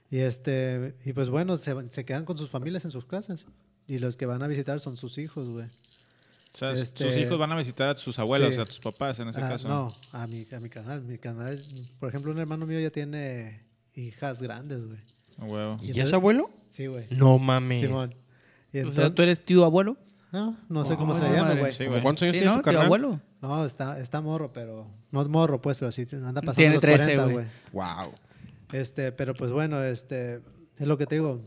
[SPEAKER 3] Y este, y pues bueno, se, van- se quedan con sus familias en sus casas. Y los que van a visitar son sus hijos, güey.
[SPEAKER 4] o sea,
[SPEAKER 3] este-
[SPEAKER 4] sus hijos van a visitar a sus abuelos,
[SPEAKER 3] Sí.
[SPEAKER 4] a tus papás en ese
[SPEAKER 3] Ah,
[SPEAKER 4] caso.
[SPEAKER 3] No, a mi, a mi canal. Mi canal, por ejemplo, un hermano mío ya tiene hijas grandes, güey.
[SPEAKER 4] A huevo.
[SPEAKER 1] ¿Y ya es abuelo?
[SPEAKER 3] Sí, güey.
[SPEAKER 1] No mames.
[SPEAKER 3] Simón. Y
[SPEAKER 2] o sea,
[SPEAKER 3] entonces,
[SPEAKER 2] ¿tú eres tío abuelo?
[SPEAKER 3] no, no sé
[SPEAKER 1] Oh,
[SPEAKER 3] cómo se
[SPEAKER 2] esa
[SPEAKER 3] llama,
[SPEAKER 2] madre.
[SPEAKER 3] güey.
[SPEAKER 4] Sí,
[SPEAKER 1] ¿Cómo
[SPEAKER 4] güey.
[SPEAKER 1] ¿Cuántos años
[SPEAKER 2] Sí,
[SPEAKER 1] tiene
[SPEAKER 2] ¿no?
[SPEAKER 1] tu
[SPEAKER 2] ¿Tío
[SPEAKER 1] carnal?
[SPEAKER 2] abuelo?
[SPEAKER 3] No, está, está morro, pero no es morro, pues, pero sí anda pasando
[SPEAKER 2] Tiene
[SPEAKER 3] los
[SPEAKER 2] 13,
[SPEAKER 3] 40,
[SPEAKER 2] güey.
[SPEAKER 3] güey.
[SPEAKER 1] Wow.
[SPEAKER 3] Este, pero pues bueno, este, es lo que te digo.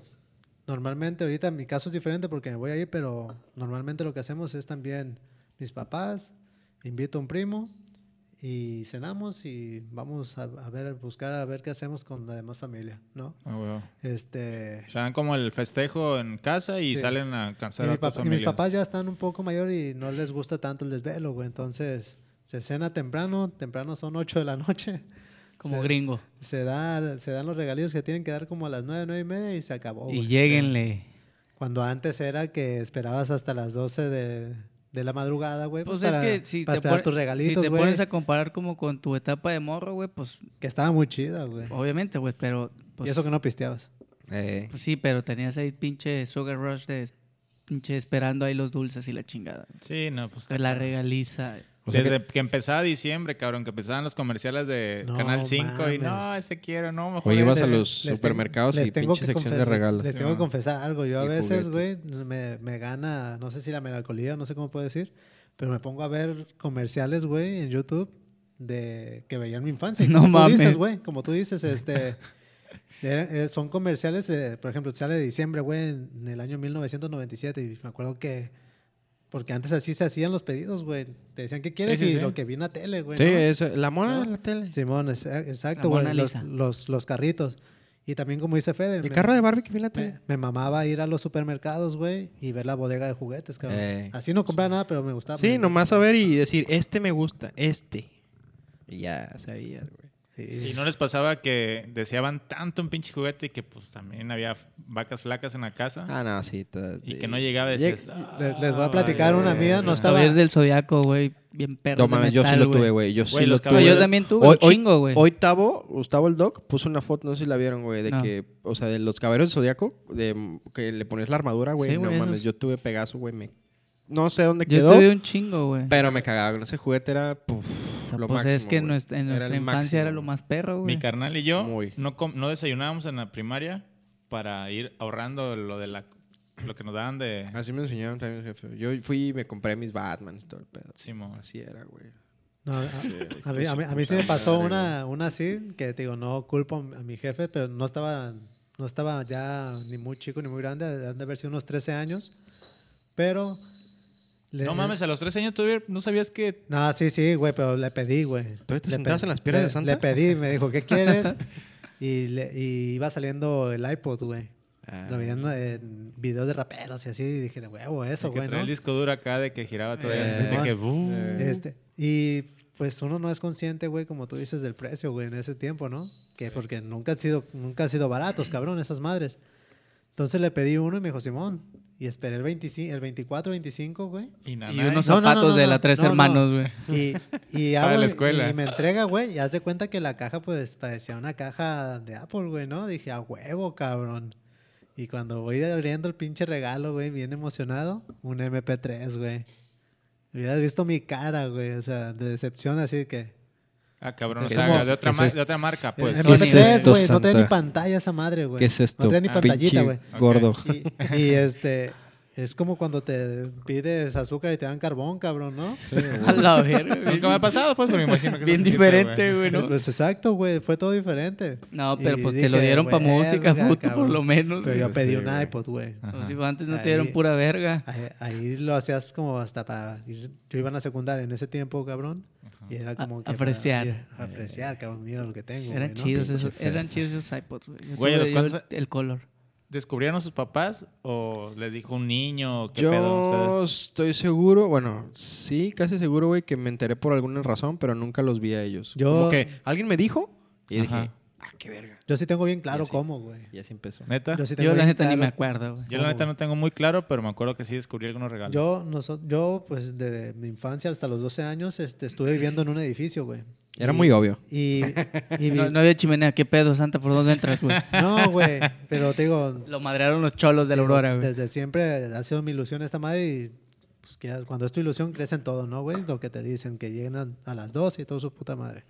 [SPEAKER 3] Normalmente ahorita mi caso es diferente porque me voy a ir, pero normalmente lo que hacemos es también mis papás, invito a un primo y cenamos y vamos a, a ver, buscar a ver qué hacemos con la demás familia, ¿no?
[SPEAKER 4] A huevo.
[SPEAKER 3] Este,
[SPEAKER 4] O sea, dan como el festejo en casa y
[SPEAKER 3] Sí.
[SPEAKER 4] salen a
[SPEAKER 3] y,
[SPEAKER 4] cansar
[SPEAKER 3] mi
[SPEAKER 4] a tus
[SPEAKER 3] papá- y mis
[SPEAKER 4] familias.
[SPEAKER 3] papás ya están un poco mayor y no les gusta tanto el desvelo, güey. Entonces se cena temprano, temprano son 8 de la noche.
[SPEAKER 2] Como
[SPEAKER 3] Sí.
[SPEAKER 2] gringo.
[SPEAKER 3] Se, da, se dan los regalíos que tienen que dar como a las 9, 9 y media y se
[SPEAKER 2] y
[SPEAKER 3] acabó. Oh, güey.
[SPEAKER 2] lleguenle.
[SPEAKER 3] Cuando antes era que esperabas hasta las 12 de, de la madrugada, güey.
[SPEAKER 2] Pues
[SPEAKER 3] para,
[SPEAKER 2] es que si
[SPEAKER 3] para
[SPEAKER 2] te,
[SPEAKER 3] esperar
[SPEAKER 2] pon-
[SPEAKER 3] tus
[SPEAKER 2] si
[SPEAKER 3] regalitos,
[SPEAKER 2] te
[SPEAKER 3] güey.
[SPEAKER 2] pones a comparar como con tu etapa de morro, güey, pues
[SPEAKER 3] Que estaba muy chida, güey.
[SPEAKER 2] obviamente, güey, pero... Oh, Pues,
[SPEAKER 3] y eso que no pisteabas.
[SPEAKER 1] Eh.
[SPEAKER 2] pues sí, pero tenías ahí pinche sugar rush de pinche esperando ahí los dulces y la chingada.
[SPEAKER 4] Sí, no, pues.
[SPEAKER 2] La regaliza.
[SPEAKER 1] O sea
[SPEAKER 4] Desde que... empezaba diciembre, cabrón, que empezaban los comerciales de
[SPEAKER 3] No
[SPEAKER 4] Canal 5 y no,
[SPEAKER 3] mames.
[SPEAKER 4] ese quiero, no, mejor.
[SPEAKER 1] Oye, vas
[SPEAKER 4] ese".
[SPEAKER 1] a
[SPEAKER 3] Les-
[SPEAKER 1] los
[SPEAKER 3] les tengo-
[SPEAKER 1] supermercados
[SPEAKER 3] les
[SPEAKER 1] y
[SPEAKER 3] tengo
[SPEAKER 1] pinche
[SPEAKER 3] que
[SPEAKER 1] sección de
[SPEAKER 3] confes- les-
[SPEAKER 1] regalos.
[SPEAKER 3] Les, tengo
[SPEAKER 4] Ah.
[SPEAKER 3] que confesar algo. Yo a
[SPEAKER 1] Y
[SPEAKER 3] veces, güey, me, me gana, no sé si la melancolía, no sé cómo puedo decir, pero me pongo a ver comerciales, güey, en YouTube de que veía en mi infancia.
[SPEAKER 2] No
[SPEAKER 3] como
[SPEAKER 2] mames.
[SPEAKER 3] Tú dices, güey, como tú dices, este, se- eh, son comerciales, eh, por ejemplo, sale de diciembre, güey, en en el año 1997 y me acuerdo que, porque antes así se hacían los pedidos, güey, te decían qué quieres
[SPEAKER 4] sí,
[SPEAKER 3] y
[SPEAKER 4] sí.
[SPEAKER 3] lo que vi en la tele, güey.
[SPEAKER 4] Pues,
[SPEAKER 1] Sí,
[SPEAKER 3] ¿no?
[SPEAKER 1] eso, la mona
[SPEAKER 3] ¿No?
[SPEAKER 1] de la tele.
[SPEAKER 3] Simón, es- eh, exacto,
[SPEAKER 2] La
[SPEAKER 3] güey,
[SPEAKER 2] Mona
[SPEAKER 3] los,
[SPEAKER 2] Lisa.
[SPEAKER 3] los, los carritos. Y también como dice Fede.
[SPEAKER 1] El
[SPEAKER 3] me-
[SPEAKER 1] carro de Barbie que vi en la tele.
[SPEAKER 3] me, me mamaba ir a los supermercados, güey, y ver la bodega de juguetes, cabrón.
[SPEAKER 2] Eh.
[SPEAKER 1] Ey.
[SPEAKER 3] Así no compraba nada, pero me gustaba.
[SPEAKER 1] Sí,
[SPEAKER 3] Me-
[SPEAKER 1] nomás a ver y decir, este me gusta, este. Y ya sabías, güey.
[SPEAKER 4] Y
[SPEAKER 3] Sí.
[SPEAKER 4] no les pasaba que deseaban tanto un pinche juguete que pues también había f- vacas flacas en la casa
[SPEAKER 1] Ah, no, sí. todo-
[SPEAKER 4] y
[SPEAKER 1] sí.
[SPEAKER 4] que no llegaba y
[SPEAKER 1] Lleg-
[SPEAKER 4] decías, "Ah,
[SPEAKER 3] Les- les voy a platicar una
[SPEAKER 4] vale,
[SPEAKER 3] amiga, no
[SPEAKER 4] verga".
[SPEAKER 2] Los
[SPEAKER 3] estaba-
[SPEAKER 2] caballeros del zodiaco, güey. Bien perros.
[SPEAKER 1] No
[SPEAKER 2] de
[SPEAKER 1] mames, yo sí
[SPEAKER 2] metal,
[SPEAKER 1] lo tuve, güey. Yo sí
[SPEAKER 4] Güey,
[SPEAKER 1] lo
[SPEAKER 4] los
[SPEAKER 2] No,
[SPEAKER 1] tuve.
[SPEAKER 4] caballeros-
[SPEAKER 2] yo
[SPEAKER 4] güey.
[SPEAKER 2] también tuve
[SPEAKER 1] Hoy-
[SPEAKER 2] un chingo, güey.
[SPEAKER 1] Hoy Tavo, Gustavo el Doc, puso una foto, no sé si la vieron, güey, de
[SPEAKER 2] No.
[SPEAKER 1] que, o sea, de los caballeros del Zodíaco, de, que le ponías la armadura, güey.
[SPEAKER 2] Sí,
[SPEAKER 1] no
[SPEAKER 2] güey,
[SPEAKER 1] mames,
[SPEAKER 2] esos.
[SPEAKER 1] yo tuve Pegaso, güey. me- No sé dónde
[SPEAKER 2] Yo
[SPEAKER 1] quedó,
[SPEAKER 2] tuve un chingo, güey.
[SPEAKER 1] pero me cagaba. con Ese juguete era puf, lo
[SPEAKER 2] Pues
[SPEAKER 1] máximo.
[SPEAKER 2] es que en
[SPEAKER 1] güey.
[SPEAKER 2] nuestra, en
[SPEAKER 1] Era
[SPEAKER 2] nuestra
[SPEAKER 1] el
[SPEAKER 2] infancia era
[SPEAKER 1] máximo.
[SPEAKER 2] lo más perro, güey.
[SPEAKER 4] Mi carnal y yo
[SPEAKER 1] Muy.
[SPEAKER 4] no, com- no desayunábamos en la primaria para ir ahorrando lo de la lo que nos daban de
[SPEAKER 1] Así me enseñaron también, jefe. Yo fui y me compré mis Batmans y todo el pedo.
[SPEAKER 4] Simón.
[SPEAKER 1] Así era, güey.
[SPEAKER 3] No, a, a mí, a, mí, a mí sí
[SPEAKER 2] Ah,
[SPEAKER 3] me pasó una, una así, que te digo, no culpo a mi jefe, pero no estaba, no estaba ya ni muy chico ni muy grande, han de haber sido unos 13 años, pero... le-
[SPEAKER 4] No mames, a los tres años tuve, no sabías que
[SPEAKER 3] No, sí, sí, güey, pero le pedí, güey.
[SPEAKER 1] ¿Todavía te
[SPEAKER 3] Le
[SPEAKER 1] sentabas
[SPEAKER 3] pe-
[SPEAKER 1] en las piernas
[SPEAKER 3] le-
[SPEAKER 1] de Santa?
[SPEAKER 3] Le pedí, me dijo, ¿qué quieres? y, le- y iba saliendo el iPod, güey.
[SPEAKER 1] Ah.
[SPEAKER 3] Lo veían en videos de raperos y así, y dije, huevo, eso,
[SPEAKER 4] que
[SPEAKER 3] güey.
[SPEAKER 4] traía
[SPEAKER 3] ¿no?
[SPEAKER 4] el disco duro acá de que giraba todo
[SPEAKER 1] Eh,
[SPEAKER 4] de que "Bú".
[SPEAKER 3] Este, y pues uno no es consciente, güey, como tú dices, del precio, güey, en ese tiempo, ¿no? Que porque nunca han sido, nunca han sido baratos, cabrón, esas madres. Entonces le pedí uno y me dijo, Simón. Y esperé el, 25, el 24, 25, güey.
[SPEAKER 4] y, nada
[SPEAKER 2] Y unos
[SPEAKER 3] No, no, no,
[SPEAKER 2] zapatos
[SPEAKER 3] no,
[SPEAKER 2] de
[SPEAKER 3] no,
[SPEAKER 2] la Tres
[SPEAKER 3] no, no.
[SPEAKER 2] Hermanos, güey.
[SPEAKER 3] Y, y,
[SPEAKER 4] Para
[SPEAKER 3] hago-
[SPEAKER 4] la escuela.
[SPEAKER 3] y me entrega, güey. Y hace cuenta que la caja, pues, parecía una caja de Apple, güey, ¿no? Dije, a huevo, cabrón. Y cuando voy abriendo el pinche regalo, güey, bien emocionado, un MP3, güey. Hubieras visto mi cara, güey, o sea, de decepción, así que. "Eh,
[SPEAKER 4] Ah, cabrón, o
[SPEAKER 1] ¿Qué
[SPEAKER 4] sea,
[SPEAKER 1] somos?
[SPEAKER 4] de otra
[SPEAKER 1] ¿Qué
[SPEAKER 4] ma-
[SPEAKER 1] es
[SPEAKER 4] de otra marca,
[SPEAKER 3] El
[SPEAKER 4] pues.
[SPEAKER 1] ¿Qué es
[SPEAKER 3] MP3,
[SPEAKER 1] esto,
[SPEAKER 3] güey, no tenía ni
[SPEAKER 1] Santa?
[SPEAKER 3] pantalla esa madre, güey.
[SPEAKER 1] ¿Qué es esto?
[SPEAKER 3] No tenía ni pantallita,
[SPEAKER 1] pinche
[SPEAKER 3] güey.
[SPEAKER 1] Gordo.
[SPEAKER 3] Y, y, este, es como cuando te pides azúcar y te dan carbón, cabrón, ¿no?
[SPEAKER 2] A la verga, güey.
[SPEAKER 4] Nunca me ha pasado, pues, me imagino que
[SPEAKER 2] Bien
[SPEAKER 4] se quita,
[SPEAKER 2] diferente, güey, ¿no?
[SPEAKER 3] Pues exacto, güey, fue todo diferente.
[SPEAKER 2] No, pero
[SPEAKER 3] Y
[SPEAKER 2] pues te
[SPEAKER 3] dije,
[SPEAKER 2] lo dieron para
[SPEAKER 3] "Verga,
[SPEAKER 2] música, puto, por
[SPEAKER 3] cabrón".
[SPEAKER 2] lo menos.
[SPEAKER 3] Pero yo
[SPEAKER 2] güey.
[SPEAKER 3] pedí
[SPEAKER 4] Sí,
[SPEAKER 3] un
[SPEAKER 4] güey.
[SPEAKER 3] iPod, güey.
[SPEAKER 4] Ajá.
[SPEAKER 2] O si antes no
[SPEAKER 3] Ahí-
[SPEAKER 2] te dieron pura verga.
[SPEAKER 3] Ahí, ahí lo hacías como hasta para... ir- Yo iba a la secundaria en ese tiempo, cabrón. Y era
[SPEAKER 2] A-
[SPEAKER 3] como que... para
[SPEAKER 2] apreciar.
[SPEAKER 3] ir- apreciar, cabrón. Mira lo que tengo.
[SPEAKER 2] Eran
[SPEAKER 3] güey, ¿no?
[SPEAKER 2] chidos
[SPEAKER 1] Pinche
[SPEAKER 2] esos, eran
[SPEAKER 1] fresa.
[SPEAKER 2] chidos esos iPods, güey. Yo
[SPEAKER 4] Güey,
[SPEAKER 2] tuve-
[SPEAKER 4] ¿los
[SPEAKER 2] yo
[SPEAKER 4] cuántos-
[SPEAKER 2] el color.
[SPEAKER 4] ¿Descubrieron a sus papás o les dijo un niño? ¿Qué pedo
[SPEAKER 1] Yo
[SPEAKER 4] ustedes?
[SPEAKER 1] estoy seguro, bueno, sí, casi seguro, güey, que me enteré por alguna razón, pero nunca los vi a ellos.
[SPEAKER 3] Yo-
[SPEAKER 1] Como que alguien me dijo y
[SPEAKER 4] Ajá.
[SPEAKER 1] dije, ah, qué verga.
[SPEAKER 3] Yo sí tengo bien claro
[SPEAKER 1] así.
[SPEAKER 3] cómo, güey.
[SPEAKER 1] Y así empezó.
[SPEAKER 4] ¿Neta?
[SPEAKER 3] sí tengo
[SPEAKER 2] Ah, Yo la
[SPEAKER 3] bien
[SPEAKER 2] neta ni
[SPEAKER 3] claro
[SPEAKER 2] me acuerdo, güey.
[SPEAKER 4] Yo la neta no tengo muy claro, pero me acuerdo que sí descubrí algunos regalos.
[SPEAKER 3] Yo, noso- yo, pues, de mi infancia hasta los 12 años, este, estuve viviendo en un edificio, güey.
[SPEAKER 1] Era
[SPEAKER 3] Y-
[SPEAKER 1] muy obvio.
[SPEAKER 3] Y, y vi-
[SPEAKER 2] No, no había chimenea, qué pedo, Santa, ¿por dónde entras, güey?
[SPEAKER 3] no, güey, pero te digo...
[SPEAKER 2] Lo madrearon los cholos de la
[SPEAKER 3] digo,
[SPEAKER 2] Aurora, güey.
[SPEAKER 3] Desde siempre ha sido mi ilusión esta madre y pues que cuando es tu ilusión crece en todo, ¿no, güey? Lo que te dicen, que lleguen a- a las 12 y todo su puta madre.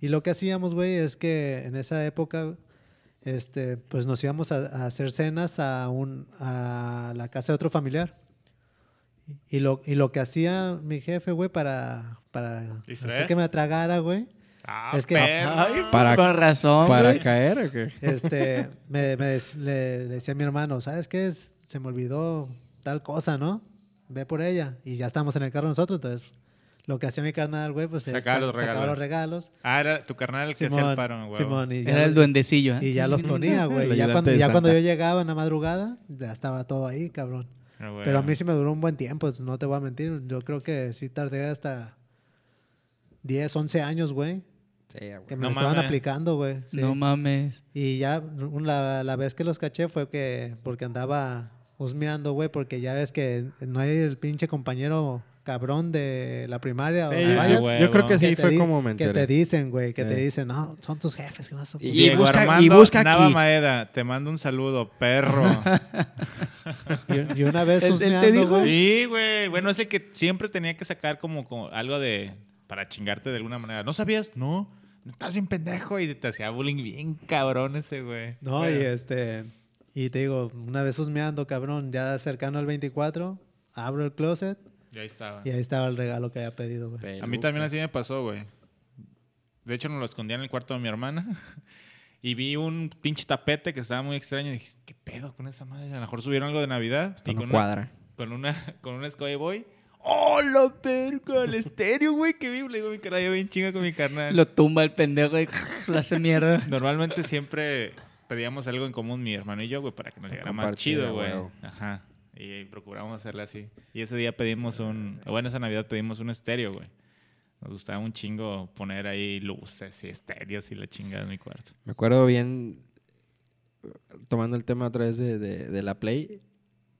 [SPEAKER 3] Y lo que hacíamos, güey, es que en esa época, este, pues nos íbamos a, a hacer cenas a, un, a la casa de otro familiar. Y lo, y lo que hacía mi jefe, güey, para, para
[SPEAKER 4] ¿Distraer?
[SPEAKER 3] hacer que me atragara, güey,
[SPEAKER 4] Ah,
[SPEAKER 3] Es que-
[SPEAKER 4] perro.
[SPEAKER 1] Para-
[SPEAKER 2] Con razón,
[SPEAKER 1] ¿Para
[SPEAKER 2] güey.
[SPEAKER 1] caer o qué?
[SPEAKER 3] este, me, me dec- le decía a mi hermano, ¿sabes qué? es? Se me olvidó tal cosa, ¿no? Ve por ella. Y ya estamos en el carro nosotros, entonces lo que hacía mi carnal, güey, pues es
[SPEAKER 4] Sacaba los
[SPEAKER 3] sa- sacaba
[SPEAKER 4] regalos.
[SPEAKER 3] los regalos.
[SPEAKER 4] Ah, era tu carnal el que hacía el paro, güey.
[SPEAKER 3] Simón, y ya,
[SPEAKER 2] Era el duendecillo, ¿eh?
[SPEAKER 3] y ya los ponía,
[SPEAKER 1] El
[SPEAKER 3] güey. Y ya
[SPEAKER 1] ayudante
[SPEAKER 3] cuando,
[SPEAKER 1] de
[SPEAKER 3] ya cuando yo
[SPEAKER 1] Santa.
[SPEAKER 3] llegaba en la madrugada, ya estaba todo ahí, cabrón.
[SPEAKER 4] Pero, güey,
[SPEAKER 3] Pero a mí sí me duró un buen tiempo, pues, no te voy a mentir. Yo creo que sí tardé hasta 10, 11 años, güey,
[SPEAKER 1] Sí, güey.
[SPEAKER 3] que me
[SPEAKER 4] No
[SPEAKER 3] lo estaban
[SPEAKER 4] mames.
[SPEAKER 3] aplicando, güey. sí.
[SPEAKER 2] No mames.
[SPEAKER 3] Y ya un- la, la vez que los caché fue que porque andaba husmeando, güey, porque ya ves que no hay el pinche compañero cabrón de la primaria o
[SPEAKER 1] Sí,
[SPEAKER 3] de
[SPEAKER 1] yo-
[SPEAKER 3] varias,
[SPEAKER 1] yo,
[SPEAKER 4] güey,
[SPEAKER 1] yo creo que
[SPEAKER 4] güey.
[SPEAKER 1] sí
[SPEAKER 3] te
[SPEAKER 1] fue
[SPEAKER 3] di-
[SPEAKER 1] como me
[SPEAKER 3] Que te
[SPEAKER 1] enteré.
[SPEAKER 3] dicen, güey, que te
[SPEAKER 1] Sí.
[SPEAKER 3] dicen, no, son tus jefes, que no son
[SPEAKER 1] Y-
[SPEAKER 4] Diego
[SPEAKER 1] busca- y
[SPEAKER 4] Armando
[SPEAKER 1] busca
[SPEAKER 4] Nava
[SPEAKER 1] aquí.
[SPEAKER 4] Maeda, te mando un saludo, perro.
[SPEAKER 3] Y, y una vez
[SPEAKER 2] Él- él te
[SPEAKER 3] husmeando,
[SPEAKER 2] dijo.
[SPEAKER 3] güey.
[SPEAKER 4] sí, güey. Bueno, es el que siempre tenía que sacar como, como algo de... Para chingarte de alguna manera. ¿No sabías? No. Estás bien pendejo y te hacía bullying bien cabrón ese, güey.
[SPEAKER 3] No, y
[SPEAKER 4] Pero-
[SPEAKER 3] este, y te digo, una vez husmeando, cabrón, ya cercano al 24, abro el closet
[SPEAKER 4] Y ahí estaba.
[SPEAKER 3] y ahí estaba el regalo que había pedido, güey.
[SPEAKER 4] A mí también así me pasó, güey. De hecho, nos lo escondía en el cuarto de mi hermana. Y vi un pinche tapete que estaba muy extraño. Y dije, ¿qué pedo con esa madre? A lo mejor subieron algo de Navidad.
[SPEAKER 1] Esto
[SPEAKER 4] Y
[SPEAKER 1] no
[SPEAKER 4] con una-
[SPEAKER 1] cuadra.
[SPEAKER 4] con una con un Skoy Boy. ¡Oh, la verga! El estéreo, güey, que vi. Le digo, mi carnal, yo bien chinga con mi carnal.
[SPEAKER 2] Lo tumba el pendejo y lo hace mierda.
[SPEAKER 4] Normalmente siempre pedíamos algo en común mi hermano y yo, güey, para que nos
[SPEAKER 1] Para
[SPEAKER 4] llegara más
[SPEAKER 1] compartir, a
[SPEAKER 4] chido, güey.
[SPEAKER 1] huevo.
[SPEAKER 4] Ajá. Y procuramos hacerle así. Y ese día pedimos un... Bueno, esa Navidad pedimos un estéreo, güey. Nos gustaba un chingo poner ahí luces y estéreos y la chingada en mi cuarto.
[SPEAKER 1] Me acuerdo bien, tomando el tema otra vez de, de- de la Play,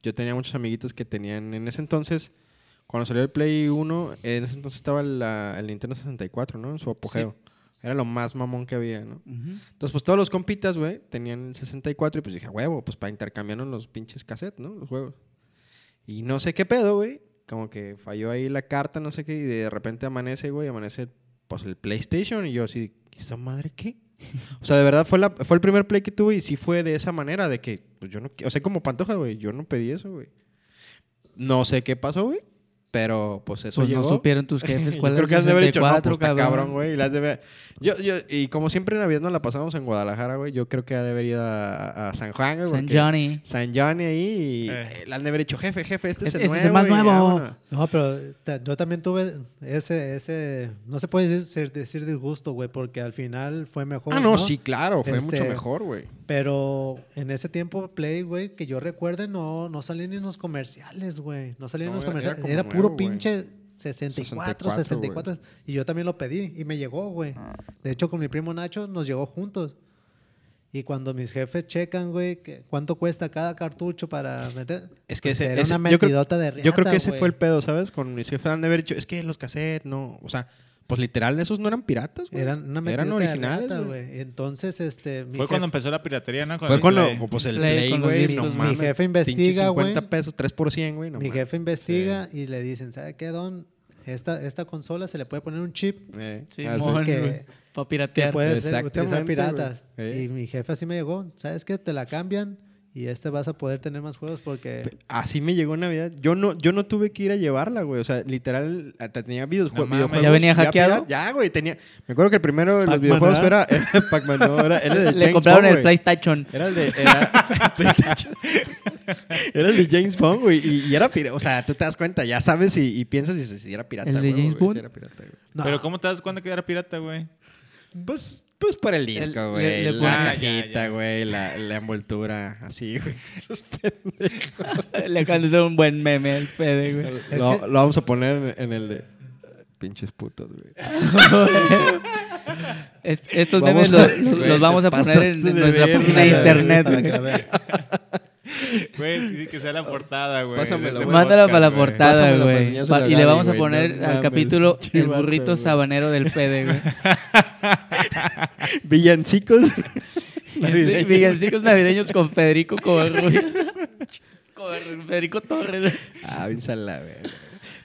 [SPEAKER 1] yo tenía muchos amiguitos que tenían en ese entonces, cuando salió el Play 1, en ese entonces estaba la- el Nintendo 64, ¿no? En su apogeo. Era lo más mamón que había, ¿no?
[SPEAKER 2] Ujú.
[SPEAKER 1] Entonces, pues todos los compitas, güey, tenían el 64 y pues dije, "A huevo, pues para intercambiarnos los pinches cassettes, ¿no? Los juegos. Y no sé qué pedo, güey. Como que falló ahí la carta, no sé qué, y de repente amanece, güey, amanece pues el PlayStation y yo así, ¿esa madre qué? O sea, de verdad fue, la, fue el primer play que tuve y sí fue de esa manera, de que pues, yo no, qui- o sea, como pantoja, güey, yo no pedí eso, güey. No sé qué pasó, güey, pero pues eso
[SPEAKER 2] Pues
[SPEAKER 1] llegó.
[SPEAKER 2] no supieron tus jefes
[SPEAKER 1] Yo
[SPEAKER 2] cuál
[SPEAKER 1] creo
[SPEAKER 2] es
[SPEAKER 1] que
[SPEAKER 2] el
[SPEAKER 1] has de haber dicho, no,
[SPEAKER 2] 64,
[SPEAKER 1] pues está cabrón, güey. y las debe- Yo, yo, y como siempre en Navidad nos la pasamos en Guadalajara, güey. Yo creo que ha de haber ido a, a San Juan, güey.
[SPEAKER 2] San
[SPEAKER 1] porque-
[SPEAKER 2] Johnny.
[SPEAKER 1] San Johnny ahí. Y
[SPEAKER 4] Eh.
[SPEAKER 1] eh, le han de haber dicho, jefe, jefe, este es el
[SPEAKER 2] Este es
[SPEAKER 1] nuevo.
[SPEAKER 2] el más
[SPEAKER 1] y
[SPEAKER 2] nuevo.
[SPEAKER 1] vámonos".
[SPEAKER 3] No, pero ta- yo también tuve ese, ese, no se puede decir, decir disgusto, güey, porque al final fue mejor.
[SPEAKER 1] Ah, no, sí, claro. Fue mucho
[SPEAKER 3] Este-
[SPEAKER 1] mejor, güey.
[SPEAKER 3] Pero en ese tiempo Play, güey, que yo recuerde, no, no salían ni en los comerciales, güey. No salían
[SPEAKER 1] No,
[SPEAKER 3] en los
[SPEAKER 1] era- era
[SPEAKER 3] comerciales. Era,
[SPEAKER 1] como
[SPEAKER 3] puro
[SPEAKER 1] nuevo, güey.
[SPEAKER 3] pinche
[SPEAKER 1] 64,
[SPEAKER 3] 64, 64. y yo también lo pedí y me llegó, güey. De hecho, con mi primo Nacho nos llegó juntos. Y cuando mis jefes checan, güey, que- cuánto cuesta cada cartucho para meter.
[SPEAKER 1] Es que
[SPEAKER 3] pues
[SPEAKER 1] ese-
[SPEAKER 3] era
[SPEAKER 1] ese-
[SPEAKER 3] una
[SPEAKER 1] yo creo-
[SPEAKER 3] mentidota de riata,
[SPEAKER 1] Yo creo que ese
[SPEAKER 3] güey.
[SPEAKER 1] fue el pedo, ¿sabes? Con mis jefes han de haber dicho, es que los cassettes, no. O sea, pues literal, esos no eran piratas, güey.
[SPEAKER 3] Eran una
[SPEAKER 1] Eran
[SPEAKER 3] mentidota de
[SPEAKER 1] originales,
[SPEAKER 3] riata,
[SPEAKER 1] güey.
[SPEAKER 3] güey. Entonces, este. mi
[SPEAKER 4] Fue cuando
[SPEAKER 3] jefe-
[SPEAKER 4] empezó la piratería, ¿no? Con
[SPEAKER 1] Fue
[SPEAKER 4] el
[SPEAKER 1] con
[SPEAKER 4] Play.
[SPEAKER 1] lo, pues el
[SPEAKER 2] Play,
[SPEAKER 1] Play,
[SPEAKER 2] con los
[SPEAKER 1] güey.
[SPEAKER 2] discos.
[SPEAKER 1] No
[SPEAKER 2] Mi
[SPEAKER 1] mames.
[SPEAKER 3] jefe
[SPEAKER 1] pinche
[SPEAKER 3] investiga,
[SPEAKER 1] 50
[SPEAKER 3] güey.
[SPEAKER 1] pesos, 3 por 100, güey. No
[SPEAKER 3] Mi
[SPEAKER 1] mames.
[SPEAKER 3] jefe investiga y le dicen, ¿sabe qué, Don? Esta, esta consola se le puede poner un chip
[SPEAKER 1] Eh,
[SPEAKER 2] Sí,
[SPEAKER 1] así.
[SPEAKER 2] mon,
[SPEAKER 3] que-
[SPEAKER 2] güey. Para
[SPEAKER 3] que
[SPEAKER 2] piratear.
[SPEAKER 3] puede ser utilizar
[SPEAKER 1] Exactamente,
[SPEAKER 3] piratas.
[SPEAKER 1] güey. Sí.
[SPEAKER 3] Y mi jefe así me llegó, ¿sabes qué? Te la cambian y este vas a poder tener más juegos porque...
[SPEAKER 1] Así me llegó en Navidad. Yo no, yo no tuve que ir a llevarla, güey. O sea, literal, hasta tenía videojue-
[SPEAKER 4] No mames.
[SPEAKER 1] videojuegos.
[SPEAKER 2] ¿Ya venía hackeado?
[SPEAKER 1] pirata- Ya, güey. Tenía... Me acuerdo que el primero de los
[SPEAKER 3] Pac-Man,
[SPEAKER 1] videojuegos
[SPEAKER 3] ¿verdad?
[SPEAKER 1] era... era Pac-Man, no, era era el de
[SPEAKER 2] Le
[SPEAKER 1] James
[SPEAKER 2] compraron
[SPEAKER 1] Bond,
[SPEAKER 2] el
[SPEAKER 1] güey.
[SPEAKER 2] PlayStation.
[SPEAKER 1] Era el de... Era, PlayStation. Era el de James Bond, güey. Y, y era pirata. O sea, tú te das cuenta, ya sabes y, y piensas y si, si era pirata,
[SPEAKER 2] ¿El de
[SPEAKER 1] güey,
[SPEAKER 2] James
[SPEAKER 1] güey,
[SPEAKER 2] Bond?
[SPEAKER 1] si era pirata, güey.
[SPEAKER 3] No,
[SPEAKER 4] Pero ¿cómo te das cuenta que era pirata, güey?
[SPEAKER 1] Pues, pues por el
[SPEAKER 2] le-
[SPEAKER 1] disco, güey.
[SPEAKER 2] le
[SPEAKER 1] La
[SPEAKER 2] ponen-
[SPEAKER 4] Ah, ya,
[SPEAKER 1] cajita,
[SPEAKER 4] ya.
[SPEAKER 1] güey. La, la envoltura, así, güey. Esos
[SPEAKER 2] Le acaban de hacer un buen meme al Fede, güey.
[SPEAKER 3] Es
[SPEAKER 1] Lo,
[SPEAKER 3] que-
[SPEAKER 1] lo vamos a poner en, en el de. Pinches putos, güey.
[SPEAKER 2] Es- estos
[SPEAKER 1] Vamos
[SPEAKER 2] memes
[SPEAKER 1] a-
[SPEAKER 2] los, los-
[SPEAKER 1] güey, te
[SPEAKER 2] los vamos a poner en,
[SPEAKER 1] pasaste
[SPEAKER 2] en
[SPEAKER 1] de
[SPEAKER 2] nuestra
[SPEAKER 1] verga,
[SPEAKER 2] página de
[SPEAKER 1] güey.
[SPEAKER 2] internet.
[SPEAKER 3] Para que
[SPEAKER 2] güey.
[SPEAKER 3] la vean.
[SPEAKER 4] Güey, sí, que sea la portada, güey.
[SPEAKER 1] Pásamela,
[SPEAKER 4] de ese
[SPEAKER 1] güey.
[SPEAKER 2] Mándala
[SPEAKER 4] podcast,
[SPEAKER 2] para la
[SPEAKER 4] güey.
[SPEAKER 2] portada,
[SPEAKER 1] Pásamela para
[SPEAKER 2] güey.
[SPEAKER 1] enseñársela
[SPEAKER 2] Pa-
[SPEAKER 1] a
[SPEAKER 2] Y le
[SPEAKER 1] Gaby,
[SPEAKER 2] vamos a
[SPEAKER 1] güey,
[SPEAKER 2] poner
[SPEAKER 1] no
[SPEAKER 2] al
[SPEAKER 1] mames,
[SPEAKER 2] capítulo
[SPEAKER 1] pinche
[SPEAKER 2] El
[SPEAKER 1] vato,
[SPEAKER 2] burrito
[SPEAKER 1] güey.
[SPEAKER 2] sabanero del Fede, güey.
[SPEAKER 1] Villancicos.
[SPEAKER 2] Villancic-
[SPEAKER 1] Navideños.
[SPEAKER 2] Villancicos navideños con Federico Covarrubias. Con Federico Torres.
[SPEAKER 1] Ah, bien salada, güey.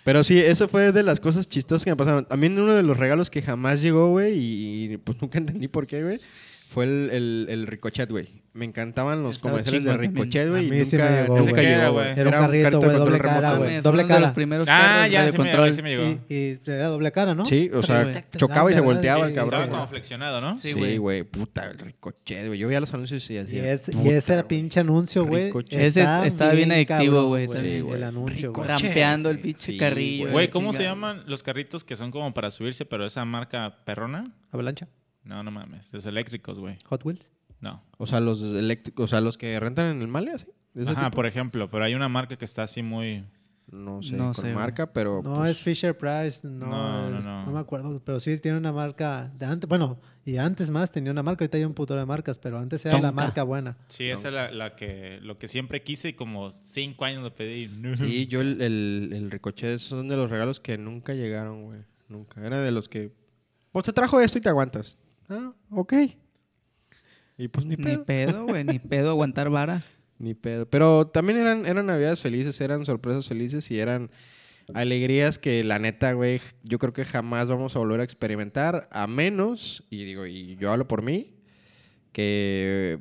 [SPEAKER 1] Pero sí, eso fue de las cosas chistosas que me pasaron. También uno de los regalos que jamás llegó, güey, y, y, pues nunca entendí por qué, güey, fue el, el, el Ricochet, güey. Me encantaban los
[SPEAKER 2] Estaba
[SPEAKER 1] comerciales de
[SPEAKER 2] chingón también.
[SPEAKER 1] Ricochet, güey.
[SPEAKER 3] A
[SPEAKER 1] y
[SPEAKER 3] mí sí
[SPEAKER 1] nunca,
[SPEAKER 3] me llegó,
[SPEAKER 1] nunca
[SPEAKER 4] güey.
[SPEAKER 1] llegó,
[SPEAKER 4] Era
[SPEAKER 1] güey.
[SPEAKER 3] un
[SPEAKER 1] de
[SPEAKER 3] carrito, güey,
[SPEAKER 1] control
[SPEAKER 3] doble cara,
[SPEAKER 1] remoto,
[SPEAKER 3] güey.
[SPEAKER 2] Mames,
[SPEAKER 3] doble
[SPEAKER 2] fueron de
[SPEAKER 3] cara.
[SPEAKER 2] los primeros
[SPEAKER 4] Ah,
[SPEAKER 2] carros
[SPEAKER 4] ya,
[SPEAKER 2] de
[SPEAKER 4] sí me, llegó,
[SPEAKER 2] control.
[SPEAKER 4] sí me llegó.
[SPEAKER 3] Y, y era doble cara, ¿no?
[SPEAKER 1] Sí, o sea,
[SPEAKER 2] Sí, güey.
[SPEAKER 1] chocaba y se
[SPEAKER 3] Dame,
[SPEAKER 1] volteaba
[SPEAKER 3] dame,
[SPEAKER 1] el
[SPEAKER 3] dame.
[SPEAKER 1] cabrón.
[SPEAKER 4] Estaba
[SPEAKER 1] güey.
[SPEAKER 4] como flexionado, ¿no?
[SPEAKER 2] Sí,
[SPEAKER 1] Sí,
[SPEAKER 2] güey.
[SPEAKER 1] güey, puta, el Ricochet, güey. Yo veía los anuncios y
[SPEAKER 3] Y,
[SPEAKER 1] decía.
[SPEAKER 3] es, y
[SPEAKER 1] puta,
[SPEAKER 3] ese era
[SPEAKER 1] güey.
[SPEAKER 3] pinche anuncio, güey.
[SPEAKER 1] Ricochet.
[SPEAKER 2] Ese
[SPEAKER 3] está
[SPEAKER 2] estaba bien adictivo,
[SPEAKER 3] cabrón,
[SPEAKER 2] güey,
[SPEAKER 1] también. Sí, güey.
[SPEAKER 3] El anuncio, güey.
[SPEAKER 1] Ricochet.
[SPEAKER 2] Rampeando el pinche
[SPEAKER 1] Sí,
[SPEAKER 2] carrillo. eh.
[SPEAKER 4] Güey, ¿cómo se
[SPEAKER 2] Chingado.
[SPEAKER 4] llaman los carritos que son como para subirse, pero esa marca perrona?
[SPEAKER 3] Avalancha.
[SPEAKER 4] No, no mames. Los eléctricos, güey.
[SPEAKER 3] Hot Wheels.
[SPEAKER 4] No.
[SPEAKER 1] O sea, los eléctricos, o sea, los que rentan en el male, así. de ese
[SPEAKER 4] Ajá,
[SPEAKER 1] tipo.
[SPEAKER 4] por ejemplo. Pero hay una marca que está así muy...
[SPEAKER 1] No sé,
[SPEAKER 2] No
[SPEAKER 1] con
[SPEAKER 2] sé,
[SPEAKER 1] marca, pero.
[SPEAKER 3] No
[SPEAKER 1] pues,
[SPEAKER 3] es Fisher Price, no,
[SPEAKER 4] No, no,
[SPEAKER 3] es-
[SPEAKER 4] no.
[SPEAKER 3] me acuerdo, pero sí tiene una marca de antes, bueno, y antes más tenía una marca, ahorita hay un putero de marcas, pero antes era la
[SPEAKER 2] Tonka.
[SPEAKER 3] marca buena.
[SPEAKER 4] Sí, esa es la, la que, lo que siempre quise y como cinco años lo pedí.
[SPEAKER 1] Sí, yo el, el, el ricochet, esos son de los regalos que nunca llegaron, güey. Nunca. Era de los que. Pues te trajo esto y te aguantas. Ah, ok. Y pues ni
[SPEAKER 2] Ni
[SPEAKER 1] pedo.
[SPEAKER 2] pedo, güey. Ni pedo aguantar vara.
[SPEAKER 1] Ni pedo. Pero también eran, eran navidades felices, eran sorpresas felices y eran alegrías que la neta, güey, yo creo que jamás vamos a volver a experimentar, a menos, y digo, y yo hablo por mí, que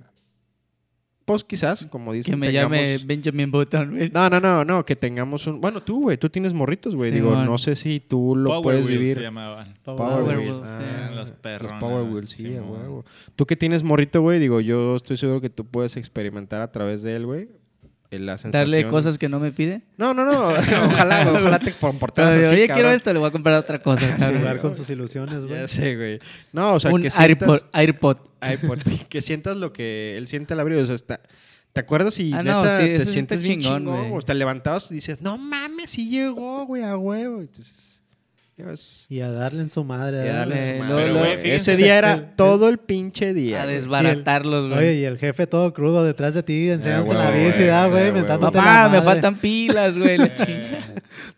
[SPEAKER 1] pues quizás, como dicen,
[SPEAKER 2] Que me
[SPEAKER 1] tengamos-
[SPEAKER 2] llame Benjamin Button, güey.
[SPEAKER 1] No, no, no, no, que tengamos un... Bueno, tú, güey, tú tienes morritos, güey.
[SPEAKER 2] Sí,
[SPEAKER 1] Digo,
[SPEAKER 2] bueno.
[SPEAKER 1] no sé si tú lo
[SPEAKER 4] Power
[SPEAKER 1] puedes
[SPEAKER 4] Wheels
[SPEAKER 1] vivir.
[SPEAKER 4] se llamaban.
[SPEAKER 1] Power,
[SPEAKER 2] Power
[SPEAKER 1] Wheels.
[SPEAKER 2] Wheels, sí.
[SPEAKER 1] ah, Los
[SPEAKER 4] Las perronas,
[SPEAKER 1] Power Wheels, sí, a
[SPEAKER 4] Simón.
[SPEAKER 1] huevo. Tú que tienes morrito, güey, digo, yo estoy seguro que tú puedes experimentar a través de él, güey, eh, la sensación.
[SPEAKER 2] Darle cosas que no me pide.
[SPEAKER 1] No, no, no. ojalá, güey, ojalá te comportaras
[SPEAKER 2] Pero de,
[SPEAKER 1] así,
[SPEAKER 2] oye,
[SPEAKER 1] cabrón.
[SPEAKER 2] quiero esto, le voy a comprar otra cosa. cabrón".
[SPEAKER 3] Jugar con sus ilusiones, güey.
[SPEAKER 1] Ya sé, güey. No, o sea,
[SPEAKER 2] un
[SPEAKER 1] que
[SPEAKER 2] AirPod,
[SPEAKER 1] sientas...
[SPEAKER 2] AirPod.
[SPEAKER 1] Ay, por- que sientas lo que él siente al abrir. O sea, está... ¿Te acuerdas y
[SPEAKER 2] Ah, no,
[SPEAKER 1] neta
[SPEAKER 2] sí, eso
[SPEAKER 1] te
[SPEAKER 2] sí
[SPEAKER 1] sientes
[SPEAKER 2] está
[SPEAKER 1] bien
[SPEAKER 2] chingón,
[SPEAKER 1] chingón?
[SPEAKER 2] güey.
[SPEAKER 1] o te levantabas y dices, no mames, sí llegó, güey, a huevo. Entonces, Dios.
[SPEAKER 3] Y a darle en su madre.
[SPEAKER 1] Y a darle en
[SPEAKER 2] Eh,
[SPEAKER 1] su
[SPEAKER 2] no,
[SPEAKER 1] madre,
[SPEAKER 2] no,
[SPEAKER 1] güey.
[SPEAKER 2] eh,
[SPEAKER 4] fíjense,
[SPEAKER 1] Ese día era
[SPEAKER 3] el- el-
[SPEAKER 1] todo el pinche día.
[SPEAKER 2] A
[SPEAKER 1] güey.
[SPEAKER 2] desbaratarlos, güey.
[SPEAKER 3] Oye, y el jefe todo crudo detrás de ti, enseñándote
[SPEAKER 1] huevo,
[SPEAKER 3] la
[SPEAKER 1] güey,
[SPEAKER 3] bici, ¿verdad,
[SPEAKER 1] eh,
[SPEAKER 3] güey,
[SPEAKER 1] huevo.
[SPEAKER 3] mentándote
[SPEAKER 2] Papá,
[SPEAKER 3] la
[SPEAKER 2] Ah, me
[SPEAKER 3] madre.
[SPEAKER 2] faltan pilas, güey. la chingada.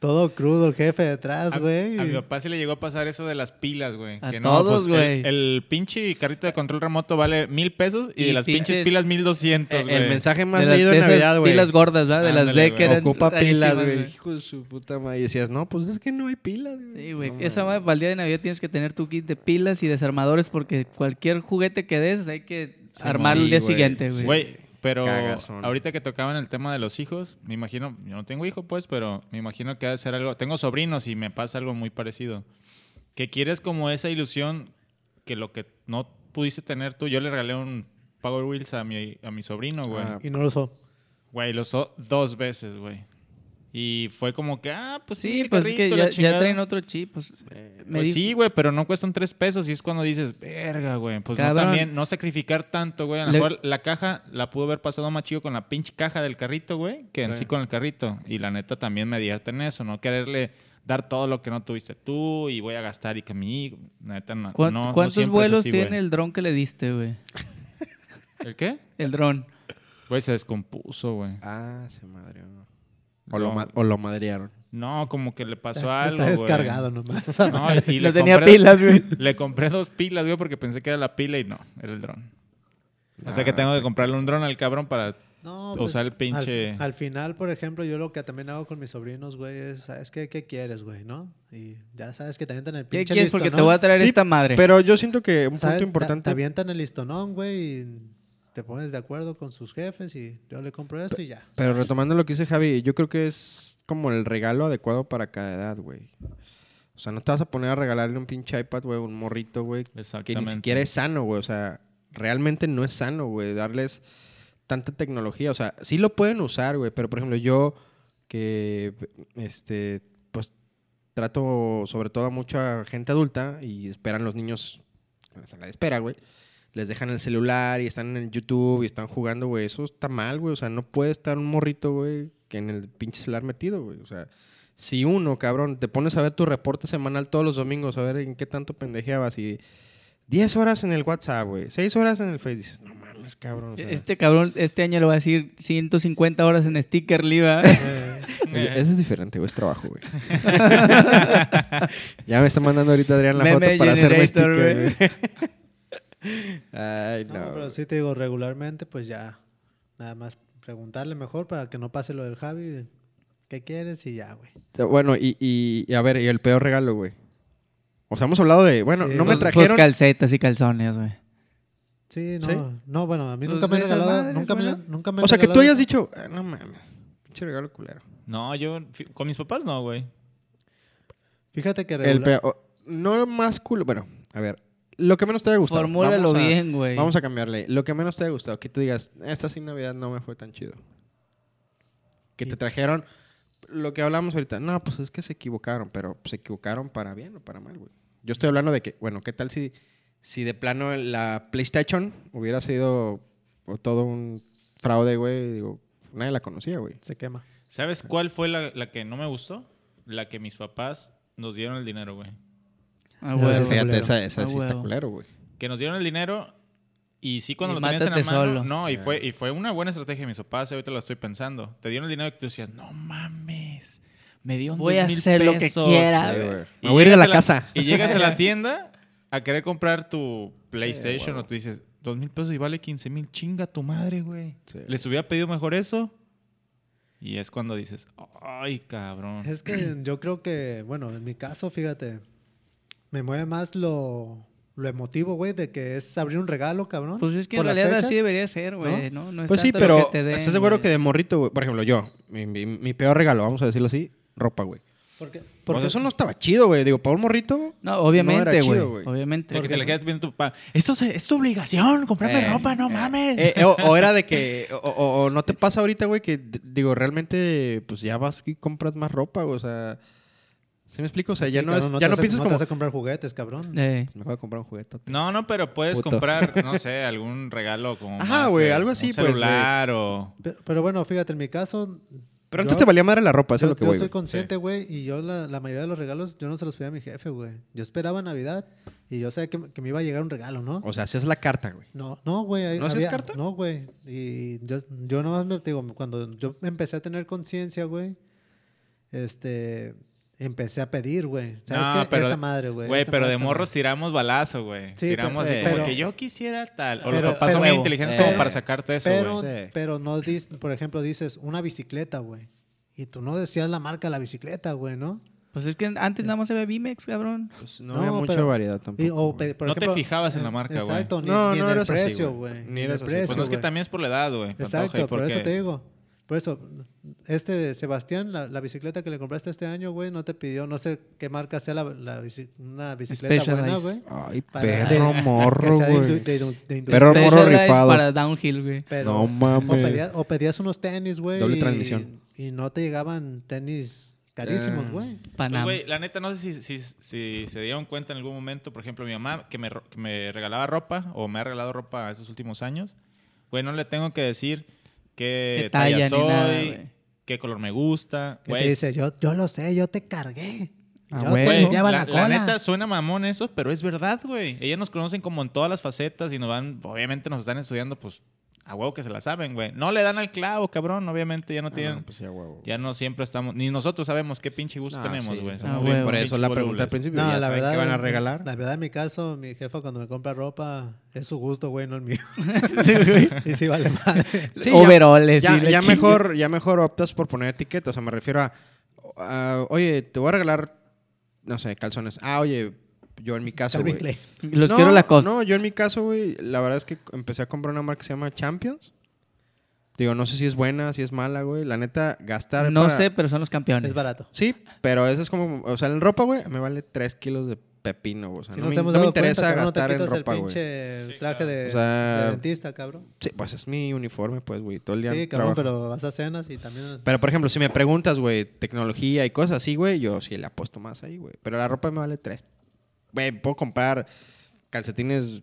[SPEAKER 3] Todo crudo el jefe detrás,
[SPEAKER 4] A-
[SPEAKER 3] güey.
[SPEAKER 4] A,
[SPEAKER 3] y-
[SPEAKER 4] mi papá sí le llegó a pasar eso de las pilas, güey.
[SPEAKER 2] A
[SPEAKER 4] Que
[SPEAKER 2] todos,
[SPEAKER 4] pues,
[SPEAKER 2] güey.
[SPEAKER 4] El, el pinche carrito de control remoto vale mil pesos y,
[SPEAKER 2] Y
[SPEAKER 4] de las
[SPEAKER 2] pinches-
[SPEAKER 4] pinches pilas mil doscientos,
[SPEAKER 1] El,
[SPEAKER 4] güey.
[SPEAKER 1] el mensaje más
[SPEAKER 2] De las-
[SPEAKER 1] leído
[SPEAKER 2] de
[SPEAKER 1] en
[SPEAKER 2] esas
[SPEAKER 1] Navidad, güey.
[SPEAKER 2] pilas gordas, ¿verdad? De las
[SPEAKER 4] Ándale,
[SPEAKER 2] D que
[SPEAKER 4] güey.
[SPEAKER 2] eran
[SPEAKER 1] Ocupa pilas,
[SPEAKER 2] rarísimas,
[SPEAKER 1] güey. Hijo de su puta madre. Y decías, no, pues es que no hay pilas, güey.
[SPEAKER 2] Sí, güey.
[SPEAKER 1] No
[SPEAKER 2] Esa
[SPEAKER 1] mames.
[SPEAKER 2] madre, para el día de Navidad tienes que tener tu kit de pilas y desarmadores porque cualquier juguete que des hay que armarlo
[SPEAKER 1] sí,
[SPEAKER 2] el día
[SPEAKER 1] güey.
[SPEAKER 2] siguiente,
[SPEAKER 1] Sí.
[SPEAKER 2] güey.
[SPEAKER 4] Güey, pero
[SPEAKER 1] Cagazón.
[SPEAKER 4] ahorita que tocaban el tema de los hijos, me imagino, yo no tengo hijo pues, pero me imagino que ha de ser algo, tengo sobrinos y me pasa algo muy parecido, que quieres como esa ilusión que lo que no pudiste tener tú, yo le regalé un Power Wheels a mi, a mi sobrino, güey.
[SPEAKER 1] Ah.
[SPEAKER 3] Y no lo usó.
[SPEAKER 4] Güey, lo usó dos veces, güey. Y fue como que, ah, pues sí,
[SPEAKER 2] Sí,
[SPEAKER 4] el
[SPEAKER 2] pues es que
[SPEAKER 4] carrito,
[SPEAKER 2] ya,
[SPEAKER 4] la
[SPEAKER 2] ya
[SPEAKER 4] chingada.
[SPEAKER 2] traen otro chip. Pues, me dijo-
[SPEAKER 4] Pues sí, güey, pero no cuestan tres pesos y es cuando dices, verga, güey. Pues no,
[SPEAKER 2] Cabrón.
[SPEAKER 4] también, no sacrificar tanto, güey. A lo
[SPEAKER 2] Le-
[SPEAKER 4] mejor la caja la pudo haber pasado más chido con la pinche caja del carrito, güey, que en
[SPEAKER 1] Sí.
[SPEAKER 4] sí con el carrito. Y la neta también me divierte en eso, no quererle dar todo lo que no tuviste tú y voy a gastar y que mi hijo- neta no.
[SPEAKER 2] ¿Cuán-
[SPEAKER 4] no- no
[SPEAKER 2] ¿Cuántos
[SPEAKER 4] siempre es
[SPEAKER 2] vuelos
[SPEAKER 4] así,
[SPEAKER 2] tiene
[SPEAKER 4] güey.
[SPEAKER 2] el dron que le diste, güey?
[SPEAKER 4] el... qué?
[SPEAKER 2] El dron.
[SPEAKER 4] Güey, se descompuso, güey.
[SPEAKER 1] Ah, se madreó. O, lo,
[SPEAKER 4] No.
[SPEAKER 1] ma- o lo madrearon.
[SPEAKER 4] No, como que le pasó
[SPEAKER 3] Está
[SPEAKER 4] algo. güey.
[SPEAKER 3] descargado nomás.
[SPEAKER 4] No, y, y
[SPEAKER 2] no
[SPEAKER 4] le
[SPEAKER 2] tenía
[SPEAKER 4] compré-
[SPEAKER 2] pilas, güey.
[SPEAKER 4] Le compré dos pilas, güey, porque pensé que era la pila y no, era el dron. O sea que
[SPEAKER 1] Ah,
[SPEAKER 4] tengo que comprarle un dron al cabrón para
[SPEAKER 3] No,
[SPEAKER 2] pues,
[SPEAKER 3] pues
[SPEAKER 4] O sea, el pinche-
[SPEAKER 3] Al, al final, por ejemplo, yo lo que también hago con mis sobrinos, güey, es, ¿sabes qué, qué quieres, güey, no? Y ya sabes que te avientan el
[SPEAKER 2] ¿Qué
[SPEAKER 3] pinche
[SPEAKER 2] quieres?
[SPEAKER 3] listo,
[SPEAKER 2] porque
[SPEAKER 3] ¿no?
[SPEAKER 2] te voy a traer
[SPEAKER 1] Sí,
[SPEAKER 2] esta madre.
[SPEAKER 1] Pero yo siento que un punto
[SPEAKER 3] ¿Sabes? Te- Te
[SPEAKER 1] importante.
[SPEAKER 3] avientan el listonón, güey, y te pones de acuerdo con sus jefes y yo le compro esto y ya.
[SPEAKER 1] Pero retomando lo que dice Javi, yo creo que es como el regalo adecuado para cada edad, güey. O sea, no te vas a poner a regalarle un pinche iPad, güey, un morrito, güey, que ni
[SPEAKER 4] Exactamente.
[SPEAKER 1] siquiera es sano, güey. O sea, realmente no es sano, güey, darles tanta tecnología. O sea, sí lo pueden usar, güey, pero por ejemplo, yo que, este, pues trato sobre todo a mucha gente adulta y esperan los niños en la sala de espera, güey. Les dejan el celular y están en el YouTube y están jugando, güey. Eso está mal, güey. O sea, no puede estar un morrito, güey, que en el pinche celular metido, güey. O sea, si uno, cabrón, te pones a ver tu reporte semanal todos los domingos, a ver en qué tanto pendejeabas y 10 horas en el WhatsApp, güey. 6 horas en el Face. Dices, no mames, cabrón. o sea,
[SPEAKER 2] Este cabrón, este año le va a decir 150 horas en sticker Pues, liva.
[SPEAKER 3] Eh,
[SPEAKER 1] oye, Eso es diferente, güey. Es trabajo, güey. ya me está mandando ahorita Adrián la
[SPEAKER 2] Meme
[SPEAKER 1] foto para hacerme
[SPEAKER 2] generator,
[SPEAKER 1] sticker, güey. Ay, no.
[SPEAKER 3] no, pero sí te digo, regularmente, pues ya, nada más preguntarle mejor para que no pase lo del Javi, ¿qué quieres? Y ya, güey.
[SPEAKER 1] Bueno, y, y- y a ver, y el peor regalo, güey. O sea, hemos hablado de. Bueno,
[SPEAKER 3] Sí,
[SPEAKER 1] no me
[SPEAKER 2] Pues-
[SPEAKER 1] trajeron.
[SPEAKER 2] Pues calcetas y calzones, güey.
[SPEAKER 3] Sí, no,
[SPEAKER 1] ¿Sí?
[SPEAKER 3] no, bueno, a mí
[SPEAKER 2] Pues
[SPEAKER 3] nunca me han
[SPEAKER 2] de esas
[SPEAKER 3] regalado,
[SPEAKER 2] madres,
[SPEAKER 3] nunca me,
[SPEAKER 2] bueno.
[SPEAKER 3] nunca me han
[SPEAKER 1] o sea, que tú
[SPEAKER 3] regalado
[SPEAKER 1] hayas
[SPEAKER 3] eso.
[SPEAKER 1] dicho, "Ah, no mames. Pinche regalo culero.
[SPEAKER 4] No, yo fi- con mis papás no, güey.
[SPEAKER 3] Fíjate que
[SPEAKER 1] El
[SPEAKER 3] regular-
[SPEAKER 1] peor. No más culo. Bueno, a ver. Lo que menos te haya gustado.
[SPEAKER 2] Formúlalo
[SPEAKER 1] Vamos a-
[SPEAKER 2] bien, güey.
[SPEAKER 1] Vamos a cambiarle. Lo que menos te haya gustado, que tú digas, esta sin Navidad no me fue tan chido. Que te
[SPEAKER 3] Y-
[SPEAKER 1] trajeron lo que hablamos ahorita. No, pues es que se equivocaron, pero se equivocaron para bien o para mal, güey. Yo estoy hablando de que, bueno, ¿qué tal si, si de plano la PlayStation hubiera sido o todo un fraude, güey? Digo, nadie la conocía, güey.
[SPEAKER 3] se quema.
[SPEAKER 4] ¿Sabes cuál fue la, la que no me gustó? La que mis papás nos dieron el dinero, güey.
[SPEAKER 2] Ah,
[SPEAKER 3] Pero
[SPEAKER 2] huevo.
[SPEAKER 3] sí
[SPEAKER 1] Fíjate,
[SPEAKER 3] culero.
[SPEAKER 1] esa, esa
[SPEAKER 2] Ah,
[SPEAKER 1] sí está
[SPEAKER 2] huevo.
[SPEAKER 1] culero, güey.
[SPEAKER 4] Que nos dieron el dinero y sí cuando
[SPEAKER 2] Y
[SPEAKER 4] lo tenías en la
[SPEAKER 2] mátate
[SPEAKER 4] mano.
[SPEAKER 2] solo.
[SPEAKER 4] No, y
[SPEAKER 1] Ah.
[SPEAKER 4] fue, y fue una buena estrategia de mis papás, ahorita lo estoy pensando. Te dieron el dinero y tú decías, no mames, me dieron
[SPEAKER 2] Voy a
[SPEAKER 4] 10,000
[SPEAKER 2] hacer lo que
[SPEAKER 4] pesos".
[SPEAKER 2] quiera,
[SPEAKER 1] Sí,
[SPEAKER 2] güey.
[SPEAKER 1] güey.
[SPEAKER 4] Y
[SPEAKER 1] Me voy a ir de
[SPEAKER 4] llegas
[SPEAKER 1] la,
[SPEAKER 4] a
[SPEAKER 1] casa.
[SPEAKER 4] Y llegas a la tienda a querer comprar tu PlayStation
[SPEAKER 1] huevo.
[SPEAKER 4] o tú dices, dos mil pesos y vale 15 mil, chinga tu madre, güey.
[SPEAKER 1] Sí.
[SPEAKER 4] Les hubiera pedido mejor eso. Y es cuando dices, ay, cabrón.
[SPEAKER 3] Es que yo creo que, bueno, en mi caso, fíjate, me mueve más lo, lo emotivo, güey, de que es abrir un regalo, cabrón.
[SPEAKER 2] Pues es que en
[SPEAKER 3] por las
[SPEAKER 2] realidad
[SPEAKER 3] fechas.
[SPEAKER 2] así debería ser, güey. ¿no? No es
[SPEAKER 1] Pues sí,
[SPEAKER 2] tanto lo
[SPEAKER 1] pero
[SPEAKER 2] que te den,
[SPEAKER 1] ¿estás de acuerdo
[SPEAKER 2] güey.
[SPEAKER 1] que de morrito, güey? Por ejemplo, yo, mi, mi- mi peor regalo, vamos a decirlo así, ropa, güey.
[SPEAKER 3] Porque,
[SPEAKER 1] Porque
[SPEAKER 3] porque
[SPEAKER 1] eso no estaba chido, güey. Digo, para un morrito.
[SPEAKER 2] No,
[SPEAKER 1] no
[SPEAKER 2] obviamente,
[SPEAKER 1] era
[SPEAKER 2] güey.
[SPEAKER 1] chido, güey.
[SPEAKER 2] obviamente.
[SPEAKER 4] Porque te le quedas viendo a tu papá. Eso se- es tu obligación, comprarme
[SPEAKER 1] Eh,
[SPEAKER 4] ropa, no mames.
[SPEAKER 1] eh, eh, o, o era de que. O, o- o no te pasa ahorita, güey, que d- digo, realmente, pues ya vas y compras más ropa, güey. O sea. ¿Sí me explico? O sea, ya
[SPEAKER 3] sí,
[SPEAKER 1] no,
[SPEAKER 3] cabrón,
[SPEAKER 1] es-
[SPEAKER 3] te
[SPEAKER 1] ya no
[SPEAKER 3] vas a-
[SPEAKER 1] piensas
[SPEAKER 3] no te
[SPEAKER 1] como.
[SPEAKER 3] vas a comprar juguetes, cabrón.
[SPEAKER 2] Eh,
[SPEAKER 1] "Pues, me voy a comprar un juguete.
[SPEAKER 4] No, no, pero puedes
[SPEAKER 1] Puto.
[SPEAKER 4] comprar, no sé, algún regalo como.
[SPEAKER 1] Ajá,
[SPEAKER 4] más,
[SPEAKER 1] güey,
[SPEAKER 4] eh,
[SPEAKER 1] algo
[SPEAKER 4] un
[SPEAKER 1] así, pues,
[SPEAKER 4] celular o.
[SPEAKER 3] Pero, pero bueno, fíjate, en mi caso.
[SPEAKER 1] Pero antes
[SPEAKER 3] yo-
[SPEAKER 1] te valía madre la ropa, eso
[SPEAKER 3] Yo,
[SPEAKER 1] es lo que
[SPEAKER 3] yo
[SPEAKER 1] voy.
[SPEAKER 3] soy
[SPEAKER 1] güey.
[SPEAKER 3] consciente, güey, y yo la, la mayoría de los regalos yo no se los pedía a mi jefe, güey. Yo esperaba Navidad y yo sabía que, que me iba a llegar un regalo, ¿no?
[SPEAKER 1] O sea, hacías la carta, güey.
[SPEAKER 3] No, no, güey. ahí
[SPEAKER 1] ¿No hacías
[SPEAKER 3] había-
[SPEAKER 1] carta?
[SPEAKER 3] No, güey. Y yo, yo nomás me te digo, cuando yo empecé a tener conciencia, güey, este, empecé a pedir, güey. ¿Sabes
[SPEAKER 4] No,
[SPEAKER 3] qué?
[SPEAKER 4] pero-
[SPEAKER 3] esta madre, güey.
[SPEAKER 4] Güey,
[SPEAKER 3] esta
[SPEAKER 4] pero
[SPEAKER 3] madre,
[SPEAKER 4] de
[SPEAKER 3] esta
[SPEAKER 4] morros
[SPEAKER 3] madre.
[SPEAKER 4] tiramos balazo, güey.
[SPEAKER 3] Sí,
[SPEAKER 4] tiramos
[SPEAKER 1] pero-
[SPEAKER 4] así como
[SPEAKER 1] pero-
[SPEAKER 4] que yo quisiera tal. O
[SPEAKER 2] pero-
[SPEAKER 4] los papás son
[SPEAKER 2] pero-
[SPEAKER 4] muy inteligentes
[SPEAKER 1] eh,
[SPEAKER 4] como para sacarte eso,
[SPEAKER 3] Pero,
[SPEAKER 4] güey.
[SPEAKER 1] güey. Sí.
[SPEAKER 3] pero no dices, por ejemplo, dices una bicicleta, güey. Y tú no decías la marca de la bicicleta, güey, ¿no?
[SPEAKER 2] pues es que antes nada más se ve Bimex, cabrón.
[SPEAKER 1] Pues no,
[SPEAKER 3] No,
[SPEAKER 1] había mucha
[SPEAKER 3] pero-
[SPEAKER 1] variedad tampoco.
[SPEAKER 3] Y- o
[SPEAKER 1] güey.
[SPEAKER 3] pe- por
[SPEAKER 4] No te
[SPEAKER 3] ejemplo,
[SPEAKER 4] fijabas en
[SPEAKER 3] eh,
[SPEAKER 4] la marca, güey.
[SPEAKER 3] Exacto, ni,
[SPEAKER 1] No,
[SPEAKER 3] ni
[SPEAKER 1] no
[SPEAKER 3] en el
[SPEAKER 1] eras así,
[SPEAKER 3] precio,
[SPEAKER 1] güey.
[SPEAKER 3] güey.
[SPEAKER 1] Ni
[SPEAKER 3] en el
[SPEAKER 1] eras así.
[SPEAKER 3] precio,
[SPEAKER 4] Pues no es que
[SPEAKER 3] güey.
[SPEAKER 4] también es por la edad, güey. Pantoja, y
[SPEAKER 3] Exacto, por eso
[SPEAKER 4] porque-
[SPEAKER 3] te digo. Por eso, este de Sebastián, la, la bicicleta que le compraste este año, güey, no te pidió, no sé qué marca sea la, la bici- una bicicleta buena,
[SPEAKER 2] Specialized.
[SPEAKER 3] güey.
[SPEAKER 1] Ay,
[SPEAKER 3] Para-
[SPEAKER 1] perro
[SPEAKER 3] de-
[SPEAKER 1] morro,
[SPEAKER 3] que sea de,
[SPEAKER 1] güey.
[SPEAKER 3] indu- de indu- de industria.
[SPEAKER 1] Perro morro
[SPEAKER 2] Specialized
[SPEAKER 1] rifado.
[SPEAKER 2] para downhill, güey.
[SPEAKER 3] Pero-
[SPEAKER 1] No
[SPEAKER 3] o,
[SPEAKER 1] mames.
[SPEAKER 3] pedías, o pedías unos tenis, güey.
[SPEAKER 1] Doble
[SPEAKER 3] y-
[SPEAKER 1] transmisión.
[SPEAKER 3] Y no te llegaban tenis carísimos,
[SPEAKER 1] Ah.
[SPEAKER 3] güey.
[SPEAKER 2] Panam.
[SPEAKER 4] Pues, güey, la neta, no sé si, si- si se dieron cuenta en algún momento, por ejemplo, mi mamá que me, ro- que me regalaba ropa o me ha regalado ropa estos últimos años, güey, no le tengo que decir qué,
[SPEAKER 2] Qué talla
[SPEAKER 4] eh, talla
[SPEAKER 2] ni
[SPEAKER 4] soy,
[SPEAKER 2] nada, güey.
[SPEAKER 4] qué color me gusta.
[SPEAKER 3] Que
[SPEAKER 1] pues
[SPEAKER 4] güey,
[SPEAKER 3] te dice, yo, yo lo sé, yo te cargué.
[SPEAKER 2] Ah,
[SPEAKER 3] yo
[SPEAKER 2] güey.
[SPEAKER 3] te
[SPEAKER 4] güey,
[SPEAKER 3] limpiaba
[SPEAKER 4] la,
[SPEAKER 3] la,
[SPEAKER 4] la
[SPEAKER 3] cola.
[SPEAKER 4] neta suena mamón eso, pero es verdad, güey. Ellas nos conocen como en todas las facetas y nos van, obviamente nos están estudiando, pues a huevo que se la saben, güey. No le dan al clavo, cabrón, obviamente ya no
[SPEAKER 1] Ah,
[SPEAKER 4] tienen.
[SPEAKER 1] no, pues sí, a huevo.
[SPEAKER 4] Ya no siempre estamos, ni nosotros sabemos qué pinche gusto
[SPEAKER 1] Ah,
[SPEAKER 4] tenemos,
[SPEAKER 1] sí,
[SPEAKER 4] güey.
[SPEAKER 1] sí,
[SPEAKER 4] Somos
[SPEAKER 2] Ah,
[SPEAKER 4] bien
[SPEAKER 2] huevo.
[SPEAKER 1] Por eso la
[SPEAKER 4] pinches
[SPEAKER 1] pregunta al
[SPEAKER 4] volubles.
[SPEAKER 1] principio.
[SPEAKER 3] No,
[SPEAKER 1] ya
[SPEAKER 3] la
[SPEAKER 1] saben
[SPEAKER 3] verdad.
[SPEAKER 1] ¿Qué van a regalar?
[SPEAKER 3] La verdad, en mi caso, mi jefa cuando me compra ropa, es su gusto, güey, no el mío.
[SPEAKER 2] Sí, güey.
[SPEAKER 3] y sí vale madre.
[SPEAKER 1] Sí, ya-
[SPEAKER 2] Overoles.
[SPEAKER 1] Ya,
[SPEAKER 2] y la
[SPEAKER 1] ya
[SPEAKER 2] chinga.
[SPEAKER 1] mejor, ya mejor optas por poner etiqueta. O sea, me refiero a, a, Oye, te voy a regalar, no sé, calzones. Ah, oye, yo en mi caso,
[SPEAKER 3] Calvin
[SPEAKER 1] güey.
[SPEAKER 3] Klein.
[SPEAKER 2] Los
[SPEAKER 1] No,
[SPEAKER 2] quiero la costa.
[SPEAKER 1] No, yo en mi caso, güey, la verdad es que empecé a comprar una marca que se llama Champions. Digo, no sé si es buena, si es mala, güey. La neta, gastar.
[SPEAKER 2] No
[SPEAKER 1] para-
[SPEAKER 2] sé, pero son los campeones.
[SPEAKER 3] Es barato.
[SPEAKER 1] Sí, pero eso es como, o sea, en ropa, güey, me vale 3 kilos de pepino, güey. O sea,
[SPEAKER 3] Si
[SPEAKER 1] no,
[SPEAKER 3] nos
[SPEAKER 1] me,
[SPEAKER 3] hemos
[SPEAKER 1] no me
[SPEAKER 3] dado
[SPEAKER 1] interesa
[SPEAKER 3] cuenta, cabrón,
[SPEAKER 1] gastar
[SPEAKER 3] no te
[SPEAKER 1] en
[SPEAKER 3] quitas
[SPEAKER 1] ropa,
[SPEAKER 3] el
[SPEAKER 1] güey.
[SPEAKER 3] pinche
[SPEAKER 4] Sí,
[SPEAKER 3] traje
[SPEAKER 4] claro.
[SPEAKER 3] de,
[SPEAKER 1] O sea,
[SPEAKER 3] de dentista, cabrón.
[SPEAKER 1] Sí, pues es mi uniforme, pues, güey, todo el día.
[SPEAKER 3] Sí,
[SPEAKER 1] trabajo.
[SPEAKER 3] cabrón,
[SPEAKER 1] pero...
[SPEAKER 3] pero vas a cenas y también...
[SPEAKER 1] por ejemplo, si me preguntas, güey, tecnología y cosas así, güey, yo sí le apuesto más ahí, güey. Pero la ropa me vale 3. Güey, puedo comprar calcetines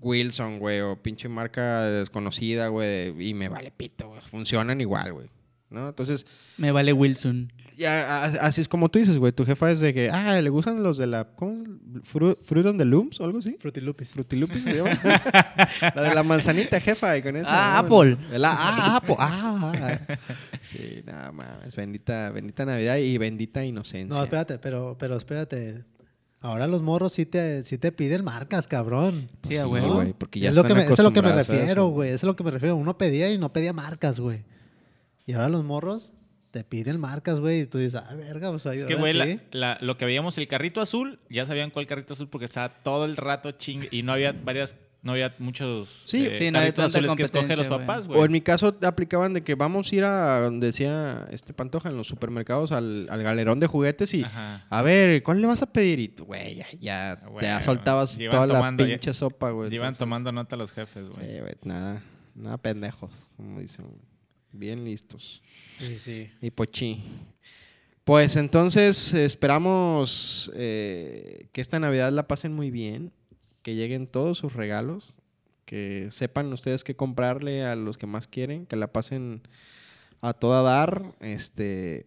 [SPEAKER 1] Wilson, güey, o pinche marca desconocida, güey, y me vale pito, güey. Funcionan igual, güey. ¿No? Entonces,
[SPEAKER 2] Me vale Wilson.
[SPEAKER 1] Ya, a- así es como tú dices, güey. Tu jefa es de que, ah, le gustan los de la. ¿Cómo es? Fru- Fruit on the Looms o algo así.
[SPEAKER 3] Frutilupis.
[SPEAKER 1] Frutilupis, se llama. La de la manzanita, jefa, y con eso.
[SPEAKER 2] Ah,
[SPEAKER 1] ¿no?
[SPEAKER 2] Apple.
[SPEAKER 1] El a- ah, Apple. Ah, ah. Sí, nada más. Bendita, bendita Navidad y bendita inocencia.
[SPEAKER 3] No, espérate, pero, pero espérate. Ahora los morros sí te, sí te piden marcas, cabrón.
[SPEAKER 2] Sí, a
[SPEAKER 1] Pues Sí,
[SPEAKER 2] huevo.
[SPEAKER 1] güey, porque ya
[SPEAKER 3] es lo que
[SPEAKER 1] están
[SPEAKER 3] me, eso es lo que me
[SPEAKER 1] acostumbradas a
[SPEAKER 3] refiero,
[SPEAKER 1] eso.
[SPEAKER 3] güey. Eso es lo que me refiero. Uno pedía y no pedía marcas, güey. Y ahora los morros te piden marcas, güey. Y tú dices, ah, verga, pues ahí
[SPEAKER 4] Es que,
[SPEAKER 3] ahora
[SPEAKER 4] güey, la-
[SPEAKER 3] sí".
[SPEAKER 4] la- lo que veíamos, el carrito azul, ya sabían cuál carrito azul porque estaba todo el rato chingue y no había varias, no había muchos eh,
[SPEAKER 1] Sí.
[SPEAKER 2] Sí, no había
[SPEAKER 4] carritos
[SPEAKER 2] tanta
[SPEAKER 4] azules que escoger los
[SPEAKER 2] competencia, güey.
[SPEAKER 4] papás,
[SPEAKER 1] O en
[SPEAKER 4] güey.
[SPEAKER 1] mi caso aplicaban de que vamos a ir a, donde decía este Pantoja, en los supermercados, al, al galerón de juguetes y
[SPEAKER 4] Ajá. Ah,
[SPEAKER 1] A ver, ¿cuál le vas a pedir? Y tú, güey, ya, ya
[SPEAKER 4] Güey,
[SPEAKER 1] te soltabas
[SPEAKER 4] llevan
[SPEAKER 1] toda
[SPEAKER 4] tomando,
[SPEAKER 1] la pinche sopa, güey.
[SPEAKER 4] Iban
[SPEAKER 1] entonces-
[SPEAKER 4] tomando nota los jefes, güey.
[SPEAKER 1] Sí, güey, nada, nada pendejos, como dicen. güey. Bien listos.
[SPEAKER 3] Y sí.
[SPEAKER 1] Y pochí. Pues entonces esperamos eh, que esta Navidad la pasen muy bien, que lleguen todos sus regalos, que sepan ustedes qué comprarle a los que más quieren, que la pasen a toda dar, este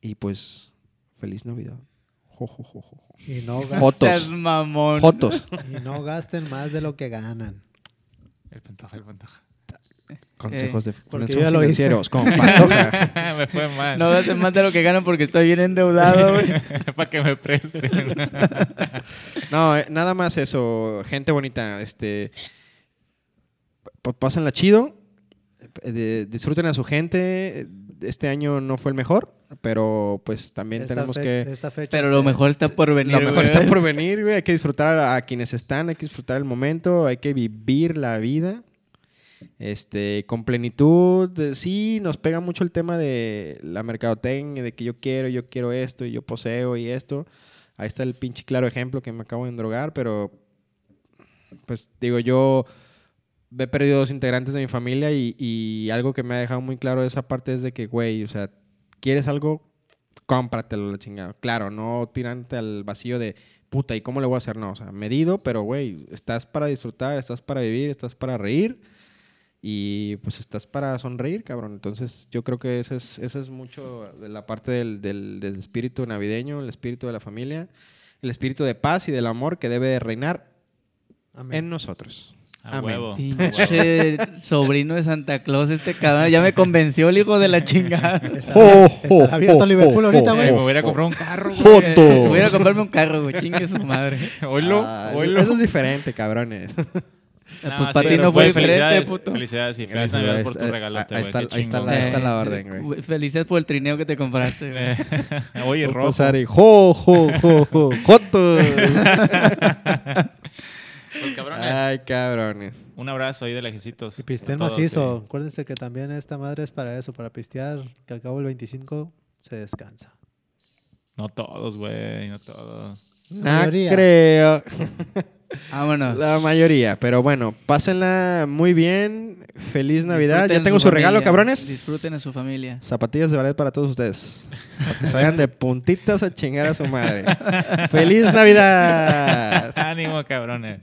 [SPEAKER 1] y pues feliz Navidad. Jo, jo, jo, jo, jo.
[SPEAKER 3] Y no, gas-
[SPEAKER 1] Jotos.
[SPEAKER 2] Seas mamón.
[SPEAKER 1] Jotos.
[SPEAKER 3] y no gasten más de lo que ganan.
[SPEAKER 4] El pantoja, el pantoja.
[SPEAKER 2] Eh,
[SPEAKER 1] Consejos de consejos
[SPEAKER 3] yo ya lo hice.
[SPEAKER 1] financieros con Pantoja.
[SPEAKER 4] Ah, me fue mal.
[SPEAKER 2] No gasten más de lo que ganan porque estoy bien endeudado, güey.
[SPEAKER 4] Para que me presten.
[SPEAKER 1] No, eh, nada más eso, gente bonita, este p- pásenla chido, eh, de- disfruten a su gente, eh, este año no fue el mejor, pero pues también
[SPEAKER 3] Esta
[SPEAKER 1] tenemos
[SPEAKER 3] fe-
[SPEAKER 1] que...
[SPEAKER 3] esta fecha
[SPEAKER 2] Pero
[SPEAKER 3] se-
[SPEAKER 2] lo mejor está por venir.
[SPEAKER 1] Lo mejor
[SPEAKER 2] güey.
[SPEAKER 1] está por venir, güey. Hay que disfrutar a, a quienes están, hay que disfrutar el momento, hay que vivir la vida. Este, con plenitud, Eh, sí, nos pega mucho el tema de la mercadotecnia, de que yo quiero, yo quiero esto, y yo poseo y esto. Ahí está el pinche claro ejemplo que me acabo de drogar, pero pues digo, yo he perdido dos integrantes de mi familia y, y algo que me ha dejado muy claro de esa parte es de que, güey, o sea, quieres algo, cómpratelo, la chingada. Claro, no tirante al vacío de puta, ¿y cómo le voy a hacer? No, o sea, medido, pero güey, estás para disfrutar, estás para vivir, estás para reír y pues estás para sonreír, cabrón. Entonces, yo creo que ese es, ese es mucho de la parte del, del- del espíritu navideño, el espíritu de la familia, el espíritu de paz y del amor que debe de reinar
[SPEAKER 3] Amén.
[SPEAKER 1] en nosotros.
[SPEAKER 4] A
[SPEAKER 1] Amén.
[SPEAKER 4] huevo. a huevo.
[SPEAKER 2] Pinche sobrino de Santa Claus, este cabrón. Ya me convenció el hijo de la chingada.
[SPEAKER 3] Está, está abierto Liverpool ahorita,
[SPEAKER 4] Eh,
[SPEAKER 3] güey.
[SPEAKER 4] me hubiera comprado un carro, güey.
[SPEAKER 1] Joto.
[SPEAKER 2] Se hubiera a comprarme un carro, güey. Chingue su madre.
[SPEAKER 4] Oilo,
[SPEAKER 1] Ah,
[SPEAKER 4] oilo.
[SPEAKER 1] eso es diferente, cabrones.
[SPEAKER 2] Pues
[SPEAKER 4] Nah, sí,
[SPEAKER 2] para ti
[SPEAKER 4] pero,
[SPEAKER 2] no fue
[SPEAKER 4] güey,
[SPEAKER 2] diferente,
[SPEAKER 4] felicidades,
[SPEAKER 2] puto.
[SPEAKER 4] Felicidades y feliz
[SPEAKER 1] Gracias,
[SPEAKER 4] Navidad
[SPEAKER 1] güey.
[SPEAKER 4] por tu
[SPEAKER 1] Ahí-
[SPEAKER 4] regalo.
[SPEAKER 1] ahí está- ahí está la-
[SPEAKER 2] Eh,
[SPEAKER 1] está la orden, güey.
[SPEAKER 2] Felicidades por el trineo que te compraste, güey.
[SPEAKER 4] Eh, Oye,
[SPEAKER 1] Voy a
[SPEAKER 4] Rob,
[SPEAKER 1] pasar y jo, jo, jo, jo, joto.
[SPEAKER 4] Pues cabrones,
[SPEAKER 1] Ay, cabrones.
[SPEAKER 4] un abrazo ahí de lejecitos.
[SPEAKER 3] Y pisteen
[SPEAKER 4] A todos, eh.
[SPEAKER 3] macizo. Acuérdense que también esta madre es para eso, para pistear. Que al cabo el 25 se descansa.
[SPEAKER 4] sí. No todos, güey, no todos.
[SPEAKER 3] La
[SPEAKER 1] No
[SPEAKER 3] mayoría.
[SPEAKER 1] Ah, creo.
[SPEAKER 2] Vámonos.
[SPEAKER 1] La mayoría, pero bueno, pásenla muy bien. Feliz Navidad.
[SPEAKER 2] Disfruten
[SPEAKER 1] Ya tengo
[SPEAKER 2] a
[SPEAKER 1] su, regalo,
[SPEAKER 2] familia.
[SPEAKER 1] cabrones.
[SPEAKER 2] Disfruten a su familia.
[SPEAKER 1] Zapatillas de ballet para todos ustedes. Para que se vayan de puntitas a chingar a su madre. ¡Feliz Navidad!
[SPEAKER 4] Ánimo, cabrones.